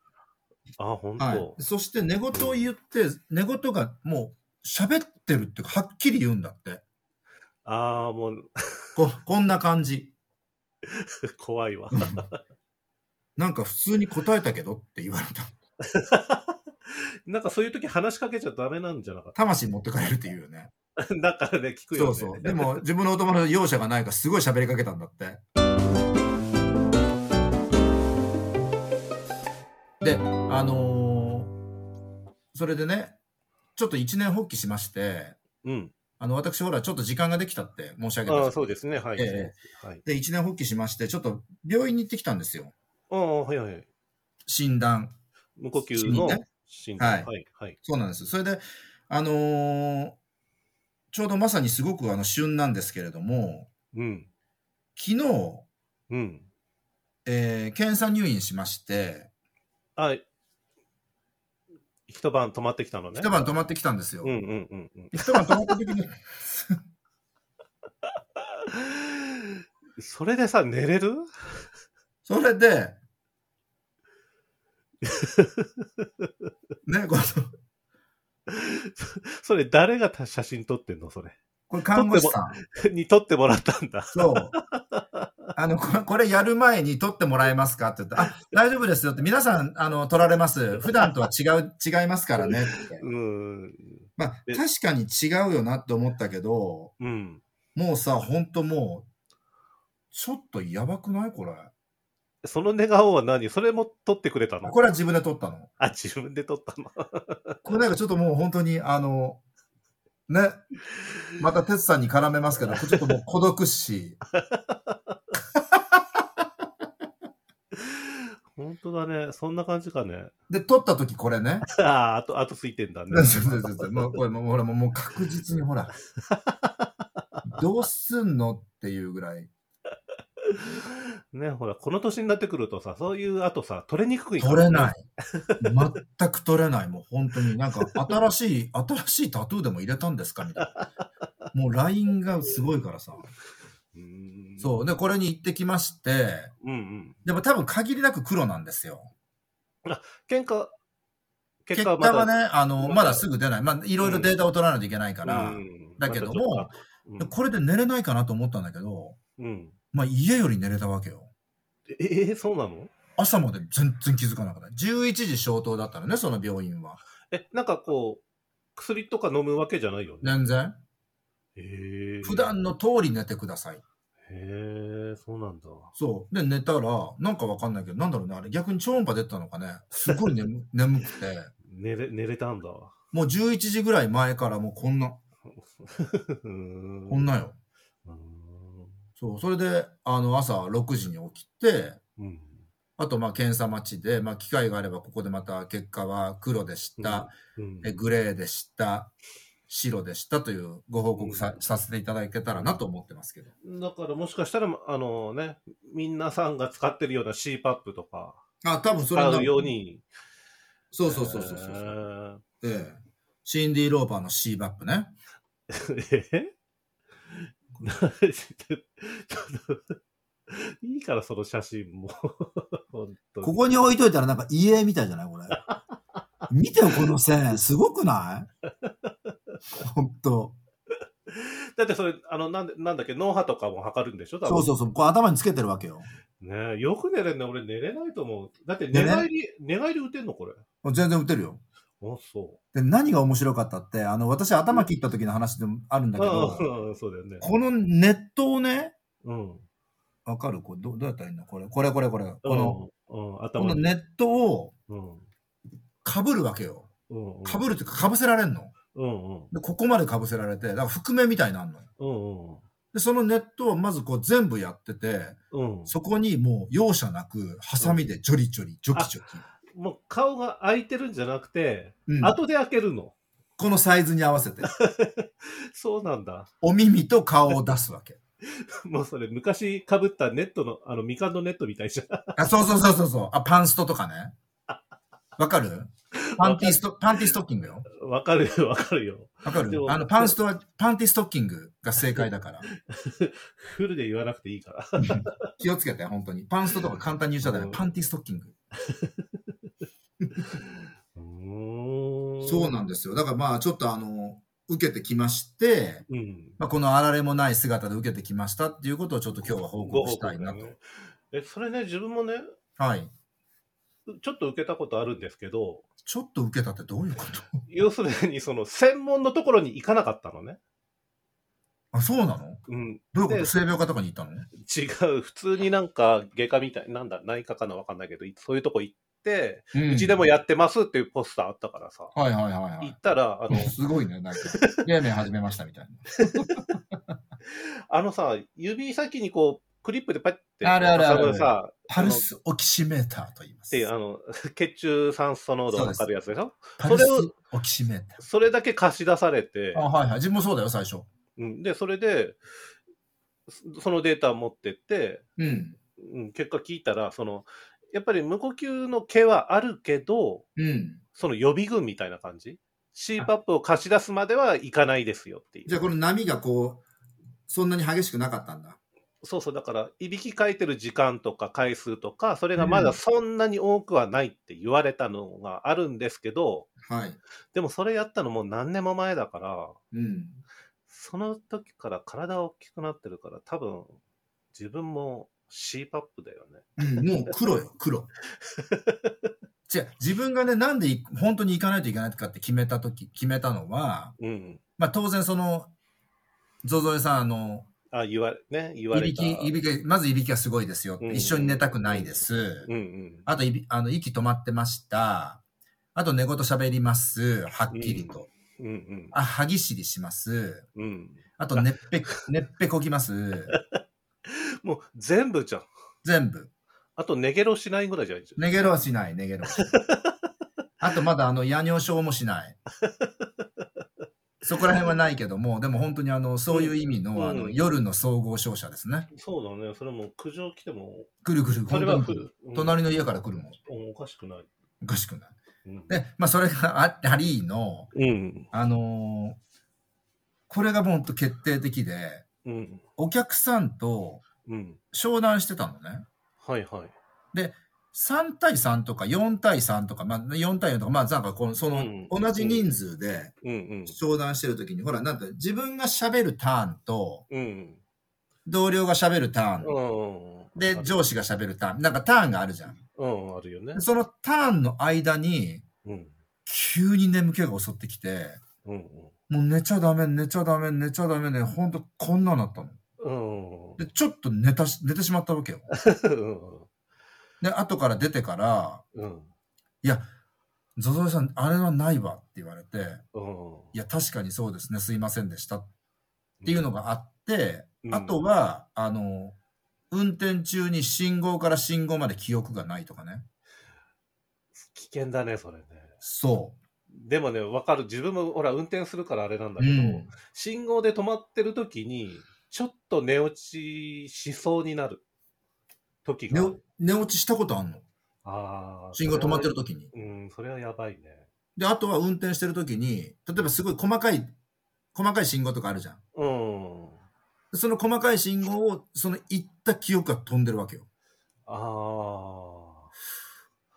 Speaker 2: あ、本当、
Speaker 3: はい。そして寝言を言って、寝言がもう喋ってるっていうか、はっきり言うんだって。
Speaker 2: ああ、もう *laughs*
Speaker 3: ここんな感じ。
Speaker 2: 怖いわ。
Speaker 3: うんなんか普通に答えたけどって言われた。
Speaker 2: なんかそういう時話しかけちゃダメなんじゃなかっ
Speaker 3: 魂持ってかれるって言うよね。
Speaker 2: た。 *laughs* だからね、聞くよ、
Speaker 3: そ
Speaker 2: ね。
Speaker 3: うそう。でも、自分のお友達容赦がないから、すごい喋りかけたんだって。で、あのーそれでね、ちょっと一年発起しまして、
Speaker 2: うん。
Speaker 3: あの、私、ほら、ちょっと時間ができたって申し上げ
Speaker 2: ああ、
Speaker 3: た。
Speaker 2: そうですね。はい。
Speaker 3: え
Speaker 2: はい。
Speaker 3: で、一年発起しまして、ちょっと病院に行ってきたんですよ。
Speaker 2: ああ、はいはい。
Speaker 3: 診断。
Speaker 2: 無呼吸の心臓、
Speaker 3: はい
Speaker 2: はい。はい。
Speaker 3: そうなんです。それで、あのーちょうどまさにすごくあの旬なんですけれども、
Speaker 2: うん。
Speaker 3: 昨日、
Speaker 2: うん。
Speaker 3: えー検査入院しまして、
Speaker 2: あ、一晩泊まってきたのね。
Speaker 3: 一晩泊まってきたんですよ。
Speaker 2: うんうんうんうん。
Speaker 3: 一晩泊まった時に、 *laughs*
Speaker 2: それでさ、寝れる
Speaker 3: それ
Speaker 2: *laughs*
Speaker 3: で、ね、この、
Speaker 2: それ誰が写真撮ってんのそれ。 *laughs*
Speaker 3: これ看護師さん。
Speaker 2: に撮ってもらったんだ。
Speaker 3: そう。あの、これ、これやる前に撮ってもらえますかって言って、あ、大丈夫ですよって、皆さん、あの、撮られます。普段とは違う、違いますからねって。
Speaker 2: うん。
Speaker 3: まあ、確かに違うよなって思ったけど、
Speaker 2: うん。
Speaker 3: もうさ、ほんともう、ちょっとやばくないこれ。
Speaker 2: その寝顔は何それも撮ってくれたの
Speaker 3: これは自分で撮ったの。
Speaker 2: あ、自分で撮ったの。
Speaker 3: これなんかちょっともう本当に、あの、ね、また哲さんに絡めますけど、ちょっともう孤独し、
Speaker 2: 本当だね。そんな感じかね。
Speaker 3: で、撮った時これね、
Speaker 2: ああ、あと、あとついてんだね。
Speaker 3: そうそうそうそうもうこれもうほらもうもう確実に
Speaker 2: *laughs*
Speaker 3: ほら、どうすんのっていうぐらい、
Speaker 2: ね、ほら、この年になってくるとさ、そういう後さ、取れにくいから
Speaker 3: 撮
Speaker 2: ね
Speaker 3: れない。全く撮れない。もう本当になんか新しい、新しいタトゥーでも入れたんですかみたいな。もう LINE がすごいからさ。
Speaker 2: うーん
Speaker 3: そう。で、これに行ってきまして、
Speaker 2: うんうん。
Speaker 3: でも多分限りなく黒なんですよ。
Speaker 2: 喧嘩、
Speaker 3: 結
Speaker 2: 結
Speaker 3: 果
Speaker 2: 果はまだ。
Speaker 3: はね、あの、
Speaker 2: まだ
Speaker 3: まだすぐ出ない。まあ、いろいろデータを取らないといけないから、
Speaker 2: うん
Speaker 3: だけど
Speaker 2: ま
Speaker 3: も
Speaker 2: たちょっと
Speaker 3: これで寝れないかなと思ったんだけど、
Speaker 2: うんうん
Speaker 3: まあ、家より寝れたわけよ。
Speaker 2: ええそうなの
Speaker 3: 朝まで全然気づかなかった。11時消灯だったのね、その病院は。
Speaker 2: え、なんかこう、薬とか飲むわけじゃないよね。
Speaker 3: 全然。
Speaker 2: ええ
Speaker 3: 普段の通り寝てください。
Speaker 2: へえそうなんだ。
Speaker 3: そう。で、寝たら、なんかわかんないけど、 *laughs* なんだろうね、あれ逆に超音波出てたのかね。すごい眠眠くて。
Speaker 2: 寝れ、寝れたんだ。 *laughs*
Speaker 3: もう11時ぐらい前からもうこんな、こ
Speaker 2: こ
Speaker 3: ん。なよ。そう、それで、あの、朝6時に起きて、
Speaker 2: うん。
Speaker 3: あと、まあ、検査待ちで、まあ、機会があれば、ここでまた結果は黒でした、
Speaker 2: うん
Speaker 3: えグレーでした、白でしたというご報告さ,、
Speaker 2: うん
Speaker 3: させていただけたらなと思ってますけど。
Speaker 2: だからもしかしたら、あのね、みんなさんが使ってるような CPAP とか、
Speaker 3: あ、多分それ
Speaker 2: 使
Speaker 3: な
Speaker 2: うように。
Speaker 3: そうそうそうそうそう。
Speaker 2: う。
Speaker 3: ええシンディ・ローパーの C バップね。
Speaker 2: えなちょっといいからその写真も。本当に
Speaker 4: ここに置いといたらなんか家みたいじゃないこれ。見てよ、この線。すごくないほんと。
Speaker 2: だってそれ、あの、なんでなんだっけ、脳波とかも測るんでしょ。
Speaker 4: そうそううそう。これ頭につけてるわけよ。
Speaker 2: ねえよく寝れんね。俺寝れないと思う。だって
Speaker 4: で
Speaker 2: 寝
Speaker 4: ね
Speaker 2: 返り、寝返り打てんのこれ。あ、
Speaker 4: もう全然打てるよ。
Speaker 2: そ
Speaker 4: で、何が面白かったって、あの、私頭切った時の話でもあるん
Speaker 2: う。
Speaker 4: だけど、
Speaker 2: うん、そうだよね。
Speaker 4: このネットをね、
Speaker 2: うん。
Speaker 4: わかるこれど、どうやったらいいんだこれ、これ、これ、これ。この、
Speaker 2: うん、うん、
Speaker 4: こ
Speaker 2: 頭
Speaker 4: の
Speaker 2: に。
Speaker 4: ネットを
Speaker 2: うん。
Speaker 3: 被るわけよ。
Speaker 2: うん。うん
Speaker 3: 被るっていうか、被せられんの。
Speaker 2: うんうん。
Speaker 3: で、ここまで被せられて、だから覆面みたいになるのよ。
Speaker 2: うんうん。
Speaker 3: で、そのネットをまずこう全部やってて、
Speaker 2: うん。
Speaker 3: そこにもう容赦なく、ハサミでジョリジョリ、ジョキジョキ。
Speaker 2: もう顔が開いてるんじゃなくて、
Speaker 3: うん、
Speaker 2: 後で開けるの。
Speaker 3: このサイズに合わせて、
Speaker 2: そうなんだ。
Speaker 3: お耳と顔を出す
Speaker 2: *laughs*
Speaker 3: わけ。
Speaker 2: もうそれ昔被ったネットの、あの、みかんのネットみたいじゃん。
Speaker 3: あ、そうそうそうそうそう。あ、パンストとかね。わかるパンティスト、パンティストッキングよ。
Speaker 2: *laughs* わかるよ、わかるよ。
Speaker 3: わかる
Speaker 2: でも
Speaker 3: あの、パンストは、パンティストッキングが正解だから。
Speaker 2: フルで言わなくていいから。
Speaker 3: 気をつけて、本当に。パンストとか簡単に言っちゃダメ。パンティストッキング。
Speaker 2: うーん
Speaker 3: そうなんですよ。だからまあ、ちょっとあの、受けてきまして、
Speaker 2: うん。
Speaker 3: まあ、このあられもない姿で受けてきましたっていうことをちょっと今日は報告したいな
Speaker 2: ご報。
Speaker 3: と
Speaker 2: 告だねえ、それね、自分もね、
Speaker 3: はい。
Speaker 2: ちょっと受けたことあるんですけど、
Speaker 3: ちょっと受けたってどういうこと
Speaker 2: 要するに、その、専門のところに行かなかったのね。
Speaker 3: あ、そうなの
Speaker 2: うん。
Speaker 3: どういうこ
Speaker 2: で
Speaker 3: と性病科とかに行ったの
Speaker 2: 違う。普通になんか、外科みたい、なんだ、内科かなわかんないけど、いそういうとこ行って、
Speaker 3: う
Speaker 2: うちでもやってますっていうポスターあったからさ、
Speaker 3: はいはいはいは
Speaker 2: 行
Speaker 3: い
Speaker 2: っ。たら、あの、
Speaker 3: すごいね、
Speaker 2: *laughs*
Speaker 3: なんか、ゲーメン始めましたみたい
Speaker 2: あのさ、指先にこう、クリップでパッて、
Speaker 3: あるあるある
Speaker 2: 挟むさ、
Speaker 3: な。パルスオキシメーターと言いま
Speaker 2: っ
Speaker 3: す
Speaker 2: てい。う、あの、 *laughs* 血中酸素濃度を測るやつでしょ
Speaker 3: パルス
Speaker 2: それを
Speaker 3: オキシメータ
Speaker 2: それだけ貸し出されて
Speaker 3: ー。、あ、はいはい。自分もそうだよ、最初。
Speaker 2: うん、で、それで、そそのデータ持ってって、
Speaker 3: うん。
Speaker 2: うん、結果聞いたら、その、やっぱり無呼吸の毛はあるけど、
Speaker 3: うん。
Speaker 2: その予備軍みたいな感じ ?CPAP を貸し出すまではいかないですよっていう。
Speaker 3: じゃあ、この波がこう、そんなに激しくなかったんだ。
Speaker 2: そうそう、だから、いびきかいてる時間とか回数とか、それがまだそんなに多くはないって言われたのがあるんですけど、
Speaker 3: はい。
Speaker 2: でもそれやったのもう何年も前だから、
Speaker 3: うん。
Speaker 2: その時から体大きくなってるから、多分、自分も CPAP だよね。
Speaker 3: うん、もう黒よ、
Speaker 2: *laughs*
Speaker 3: 黒。じゃあ、自分がね、なんでい本当に行かないといけないかって決めたとき、決めたのは、
Speaker 2: うん。
Speaker 3: まあ当然その、ゾゾエさん、あの、
Speaker 2: あ、言われ、ね、言わ
Speaker 3: い
Speaker 2: れ
Speaker 3: び
Speaker 2: た。
Speaker 3: き、いびき、まずいびきがすごいですよ。
Speaker 2: うん
Speaker 3: 一緒に寝たくないです。
Speaker 2: うんうん。
Speaker 3: あといび、あの、息止まってました。あと、寝言喋ります。はっきりと。
Speaker 2: うん
Speaker 3: あ、歯ぎしりします。
Speaker 2: うん。うん。*laughs*
Speaker 3: あと、ねっぺ、ねっぺこきます。
Speaker 2: もう全部じゃん。
Speaker 3: 全部。
Speaker 2: あと、寝ゲロしないぐらいじゃないじゃん。
Speaker 3: 寝ゲロはしない、寝ゲロはしない。あと、まだ、あの、夜尿症もしない。そこら辺はないけども、でも本当にあの、そういう意味の、あ
Speaker 2: う
Speaker 3: の、
Speaker 2: ん
Speaker 3: 夜の総合商社ですね。
Speaker 2: そうだね。それも苦情来ても、
Speaker 3: くるくる、
Speaker 2: そ
Speaker 3: 本
Speaker 2: れ
Speaker 3: 当
Speaker 2: は
Speaker 3: に
Speaker 2: 来
Speaker 3: 来る。
Speaker 2: る。うん
Speaker 3: 隣の家から来るもん。
Speaker 2: うんおかしくない。
Speaker 3: おかしくない。
Speaker 2: うん。
Speaker 3: で、まあ、それがあったりの、
Speaker 2: うん。
Speaker 3: あのーこれがもうほんと決定的で、
Speaker 2: うん。
Speaker 3: お客さんと
Speaker 2: うん。
Speaker 3: 商談してたのね。
Speaker 2: はいはい。
Speaker 3: 3対3とか4対3とか、まあ、4対4とか、まあ、なんかこの、その
Speaker 2: うん、
Speaker 3: 同じ人数で
Speaker 2: うん
Speaker 3: 商談してる時に、ほら、なんて、自分が喋るターンと、
Speaker 2: うん。うん。
Speaker 3: 同僚が喋るターン、
Speaker 2: うん。
Speaker 3: で、
Speaker 2: ョ
Speaker 3: 上司が喋るターン、なんかターンがあるじゃん。
Speaker 2: うん、あるよね
Speaker 3: で。そのターンの間に、
Speaker 2: うん。
Speaker 3: 急に眠気が襲ってきて、
Speaker 2: うん。
Speaker 3: もう寝ちゃダメ、寝ちゃダメ、寝ちゃダメね、ほんとこんなになったの。
Speaker 2: うん。
Speaker 3: で、ちょっと寝たし、寝てしまったわけよ。
Speaker 2: うん。
Speaker 3: で、後から出てから、
Speaker 2: うん。
Speaker 3: いや、ゾゾエさん、あれはないわって言われて、
Speaker 2: うん。
Speaker 3: いや、確かにそうですね、すいませんでしたっていうのがあって、
Speaker 2: うん
Speaker 3: あとは、あの、運転中に信号から信号まで記憶がないとかね。
Speaker 2: 危険だね、それね。
Speaker 3: そ
Speaker 2: でもね、わかる。自分も、ほら、運転するからあれなんだ
Speaker 3: う。う
Speaker 2: けど、
Speaker 3: ん。
Speaker 2: 信号で止まってる時に、ちょっと寝落ちしそうになる時が
Speaker 3: 寝
Speaker 2: ある。
Speaker 3: お寝落ちしたことあんの
Speaker 2: ああ。
Speaker 3: 信号止まってる時に。
Speaker 2: うん、それはやばいね。
Speaker 3: で、あとは運転してる時に、例えばすごい細かい、細かい信号とかあるじゃん。
Speaker 2: うん。
Speaker 3: その細かい信号を、その言った記憶が飛んでるわけよ。
Speaker 2: ああ。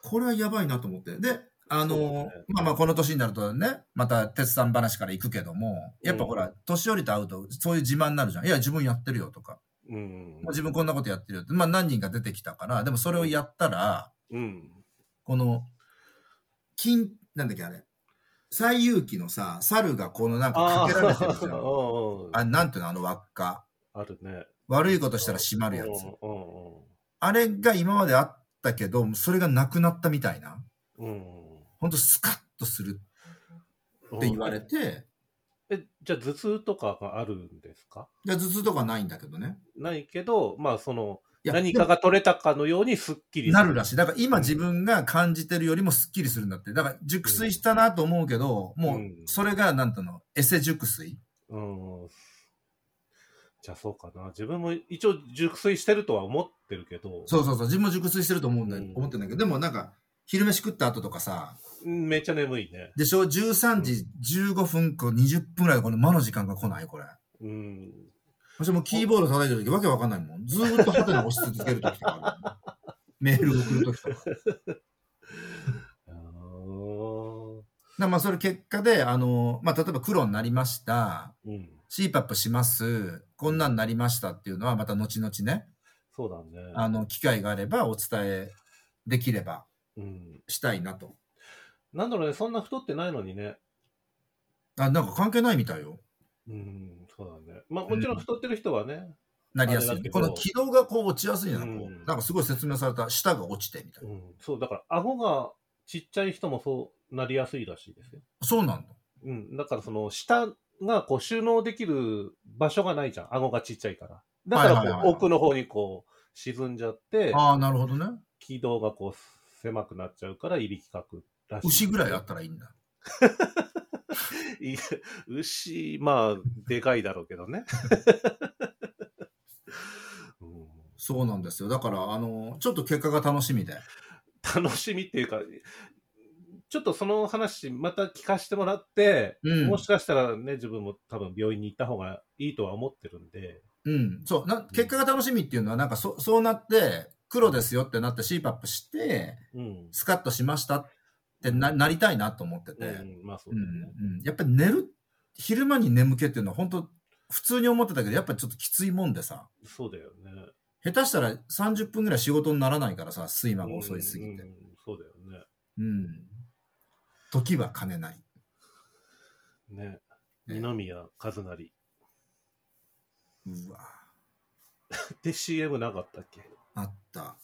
Speaker 3: これはやばいなと思って。で、あの、
Speaker 2: そうだね
Speaker 3: まあまあこの年になるとね、また鉄さん話から行くけども、やっぱほら、
Speaker 2: う
Speaker 3: 年寄りと会うとそういう自慢になるじゃん。いや、自分やってるよとか、
Speaker 2: うん。
Speaker 3: 自分こんなことやってるよって、まあ何人か出てきたから、でもそれをやったら、
Speaker 2: うん。
Speaker 3: この、金、なんだっけあれ、西遊記のさ、猿がこのなん
Speaker 2: あ
Speaker 3: かか
Speaker 2: あ
Speaker 3: けられてるじ
Speaker 2: *laughs*
Speaker 3: ゃん。
Speaker 2: ーうん。
Speaker 3: あなんていうのあの輪っか。
Speaker 2: あるね。
Speaker 3: 悪いことしたら閉まるやつ。
Speaker 2: うん
Speaker 3: あれが今まであったけど、それがなくなったみたいな。
Speaker 2: うんうん。
Speaker 3: ほんとスカッとする
Speaker 2: うん。
Speaker 3: って言われて、
Speaker 2: え、じゃあ頭痛とかがあるんですか
Speaker 3: いや頭痛とかないんだけどね。
Speaker 2: ないけど、まあその、
Speaker 3: いや
Speaker 2: 何かが取れたかのようにすっき
Speaker 3: で
Speaker 2: り
Speaker 3: もなるらし
Speaker 2: い。
Speaker 3: い。だから今自分が感じてるよりもスッキリするんだって。だから熟睡したなと思うけど、もう
Speaker 2: うん
Speaker 3: それがなんていうの、エセ熟睡
Speaker 2: うん。じゃあそうかな。自分も一応熟睡してるとは思ってるけど、
Speaker 3: そうそうそう。自分も熟睡してると思うんだ,、
Speaker 2: うん
Speaker 3: 思ってんだけど、でもなんか昼飯食った後とかさ、
Speaker 2: うんめっちゃ眠いね。
Speaker 3: でしょ ?13 時15分か20分ぐらいでこの間の時間が来ないこれ。
Speaker 2: うん。
Speaker 3: 私もうキーボード叩いてる時わけわかんないもん。ずーっとハテナ押し続ける時とかあ *laughs* る。メール送る時とか。
Speaker 2: あー
Speaker 3: なまあそれ結果で、あの、まあ例えば黒になりました。
Speaker 2: うん。
Speaker 3: CPAP します。こんなんなりましたっていうのはまた後々ね、
Speaker 2: そうだね。
Speaker 3: あの、機会があればお伝えできれば
Speaker 2: うん。
Speaker 3: したいなと。
Speaker 2: なんだろうね、そんな太ってないのにね。
Speaker 3: あ、なんか関係ないみたいよ。
Speaker 2: うん、そうだね。まあもちろん太ってる人はね、
Speaker 3: なりやす
Speaker 2: あれ
Speaker 3: い
Speaker 2: だけ。ど
Speaker 3: この軌道がこう落ちやすいのよこ
Speaker 2: うん
Speaker 3: うなんかすごい説明された、舌が落ちてみたいうな。
Speaker 2: ん、そう、だから顎がちっちゃい人もそうなりやすいらしいですよ。
Speaker 3: そうなんだ。
Speaker 2: うん、だからその下がこう収納できる場所がないじゃん。顎がちっちゃいから。だからこう、
Speaker 3: はいはいはいはい
Speaker 2: 奥の方にこう沈んじゃって、
Speaker 3: ああ、なるほどね。
Speaker 2: 軌道がこう狭くなっちゃうから、いびきかくらしい。
Speaker 3: 牛ぐらいあったらいいんだ。
Speaker 2: *laughs* い牛、まあ、でかいだろうけどね。 *laughs* うん
Speaker 3: そうなんですよ。だから、あの、ちょっと結果が楽しみで。
Speaker 2: 楽しみっていうか、ちょっとその話また聞かせてもらって、
Speaker 3: うん
Speaker 2: も。しかしたらね、自分も多分病院に行った方がいいとは思ってるんで、
Speaker 3: うん。そう。な結果が楽しみっていうのは、なんかそ、そうなって、黒ですよってなって CPAP して、
Speaker 2: うん。
Speaker 3: スカッとしましたってななりたいなと思ってて、
Speaker 2: う
Speaker 3: うん
Speaker 2: ん、まあそう
Speaker 3: う
Speaker 2: だよね。
Speaker 3: んやっぱり寝る昼間に眠気っていうのは本当普通に思ってたけどやっぱりちょっときついもんでさ
Speaker 2: そうだよね。
Speaker 3: 下手したら30分ぐらい仕事にならないからさ睡魔が遅いすぎて
Speaker 2: うん。そうだよ
Speaker 3: うん、時は金なり
Speaker 2: ね。ね。
Speaker 3: ね
Speaker 2: 二宮和也。
Speaker 3: うわ
Speaker 2: で CM なかったっけ
Speaker 3: あった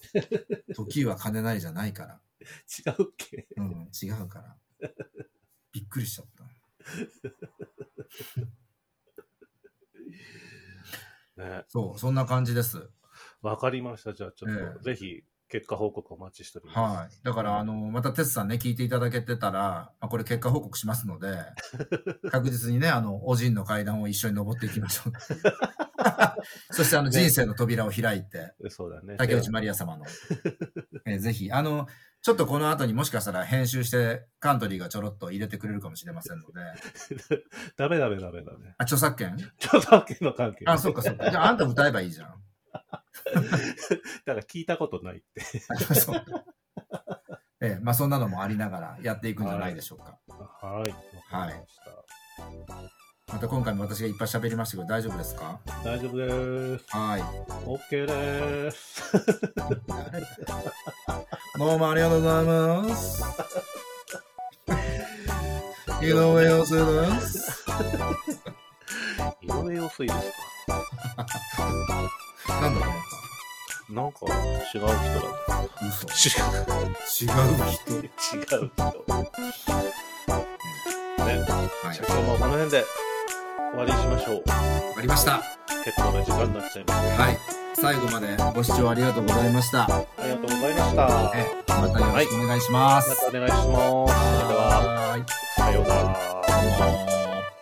Speaker 3: 時は金なりじゃないから、
Speaker 2: 違うっけ
Speaker 3: うん、違うからびっくりしちゃった
Speaker 2: ね。
Speaker 3: そうそんな感じです
Speaker 2: わかりました。じゃあちょっと、
Speaker 3: え
Speaker 2: ぜひ結果報告お待ちしております。
Speaker 3: はい。だから、あの、また、テツさんね、聞いていただけてたら、まあ、これ結果報告します
Speaker 2: *laughs*
Speaker 3: ので、確実にね、あの、おじんの階段を一緒に登っていきまし
Speaker 2: *laughs*
Speaker 3: ょう。そして、あの、
Speaker 2: ね
Speaker 3: 人生の扉を開いて、
Speaker 2: そうだね。
Speaker 3: 竹内まりや様の、
Speaker 2: *laughs*
Speaker 3: えーぜひ、あの、ちょっとこの後にもしかしたら編集して、カントリーがちょろっと入れてくれるかもしれませんので、
Speaker 2: ダメダメダメダメ。
Speaker 3: あ、著作権
Speaker 2: 著作権の関係。
Speaker 3: あ、そうか、そうか。じゃあ、あんた歌えばいいじゃん。 *laughs*
Speaker 2: だから聞いたことないって。
Speaker 3: あそうかええまあ、そんなのもありながらやっていくんじゃないでしょうか。
Speaker 2: はい。わかりました。
Speaker 3: また今回も私がいっぱい喋りましたけど、大丈夫ですか
Speaker 2: 大丈夫です。
Speaker 3: はい。
Speaker 2: OK です。 *laughs*
Speaker 3: どうもありがとうござい *laughs* ます。井上陽水です。
Speaker 2: 井上陽水ですか
Speaker 3: なんだろうね。
Speaker 2: なんか違う人だっ
Speaker 3: 嘘。
Speaker 2: た。
Speaker 3: 違う人。
Speaker 2: 違う人。ね、
Speaker 3: はい
Speaker 2: じゃ。あ今日もこの辺で終わりにしましょう。
Speaker 3: わかりました。
Speaker 2: 結構な時間になっちゃいまし
Speaker 3: はい。最後までご視聴ありがとうございました。
Speaker 2: た。ありがとうございました。ま
Speaker 3: えまたよろしくお願いします。
Speaker 2: たお願いします。それでは、
Speaker 3: はーい。
Speaker 2: さようなら。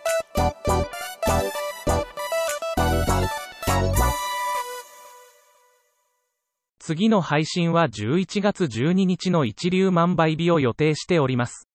Speaker 5: 次の配信は11月12日の一粒万倍日を予定しております。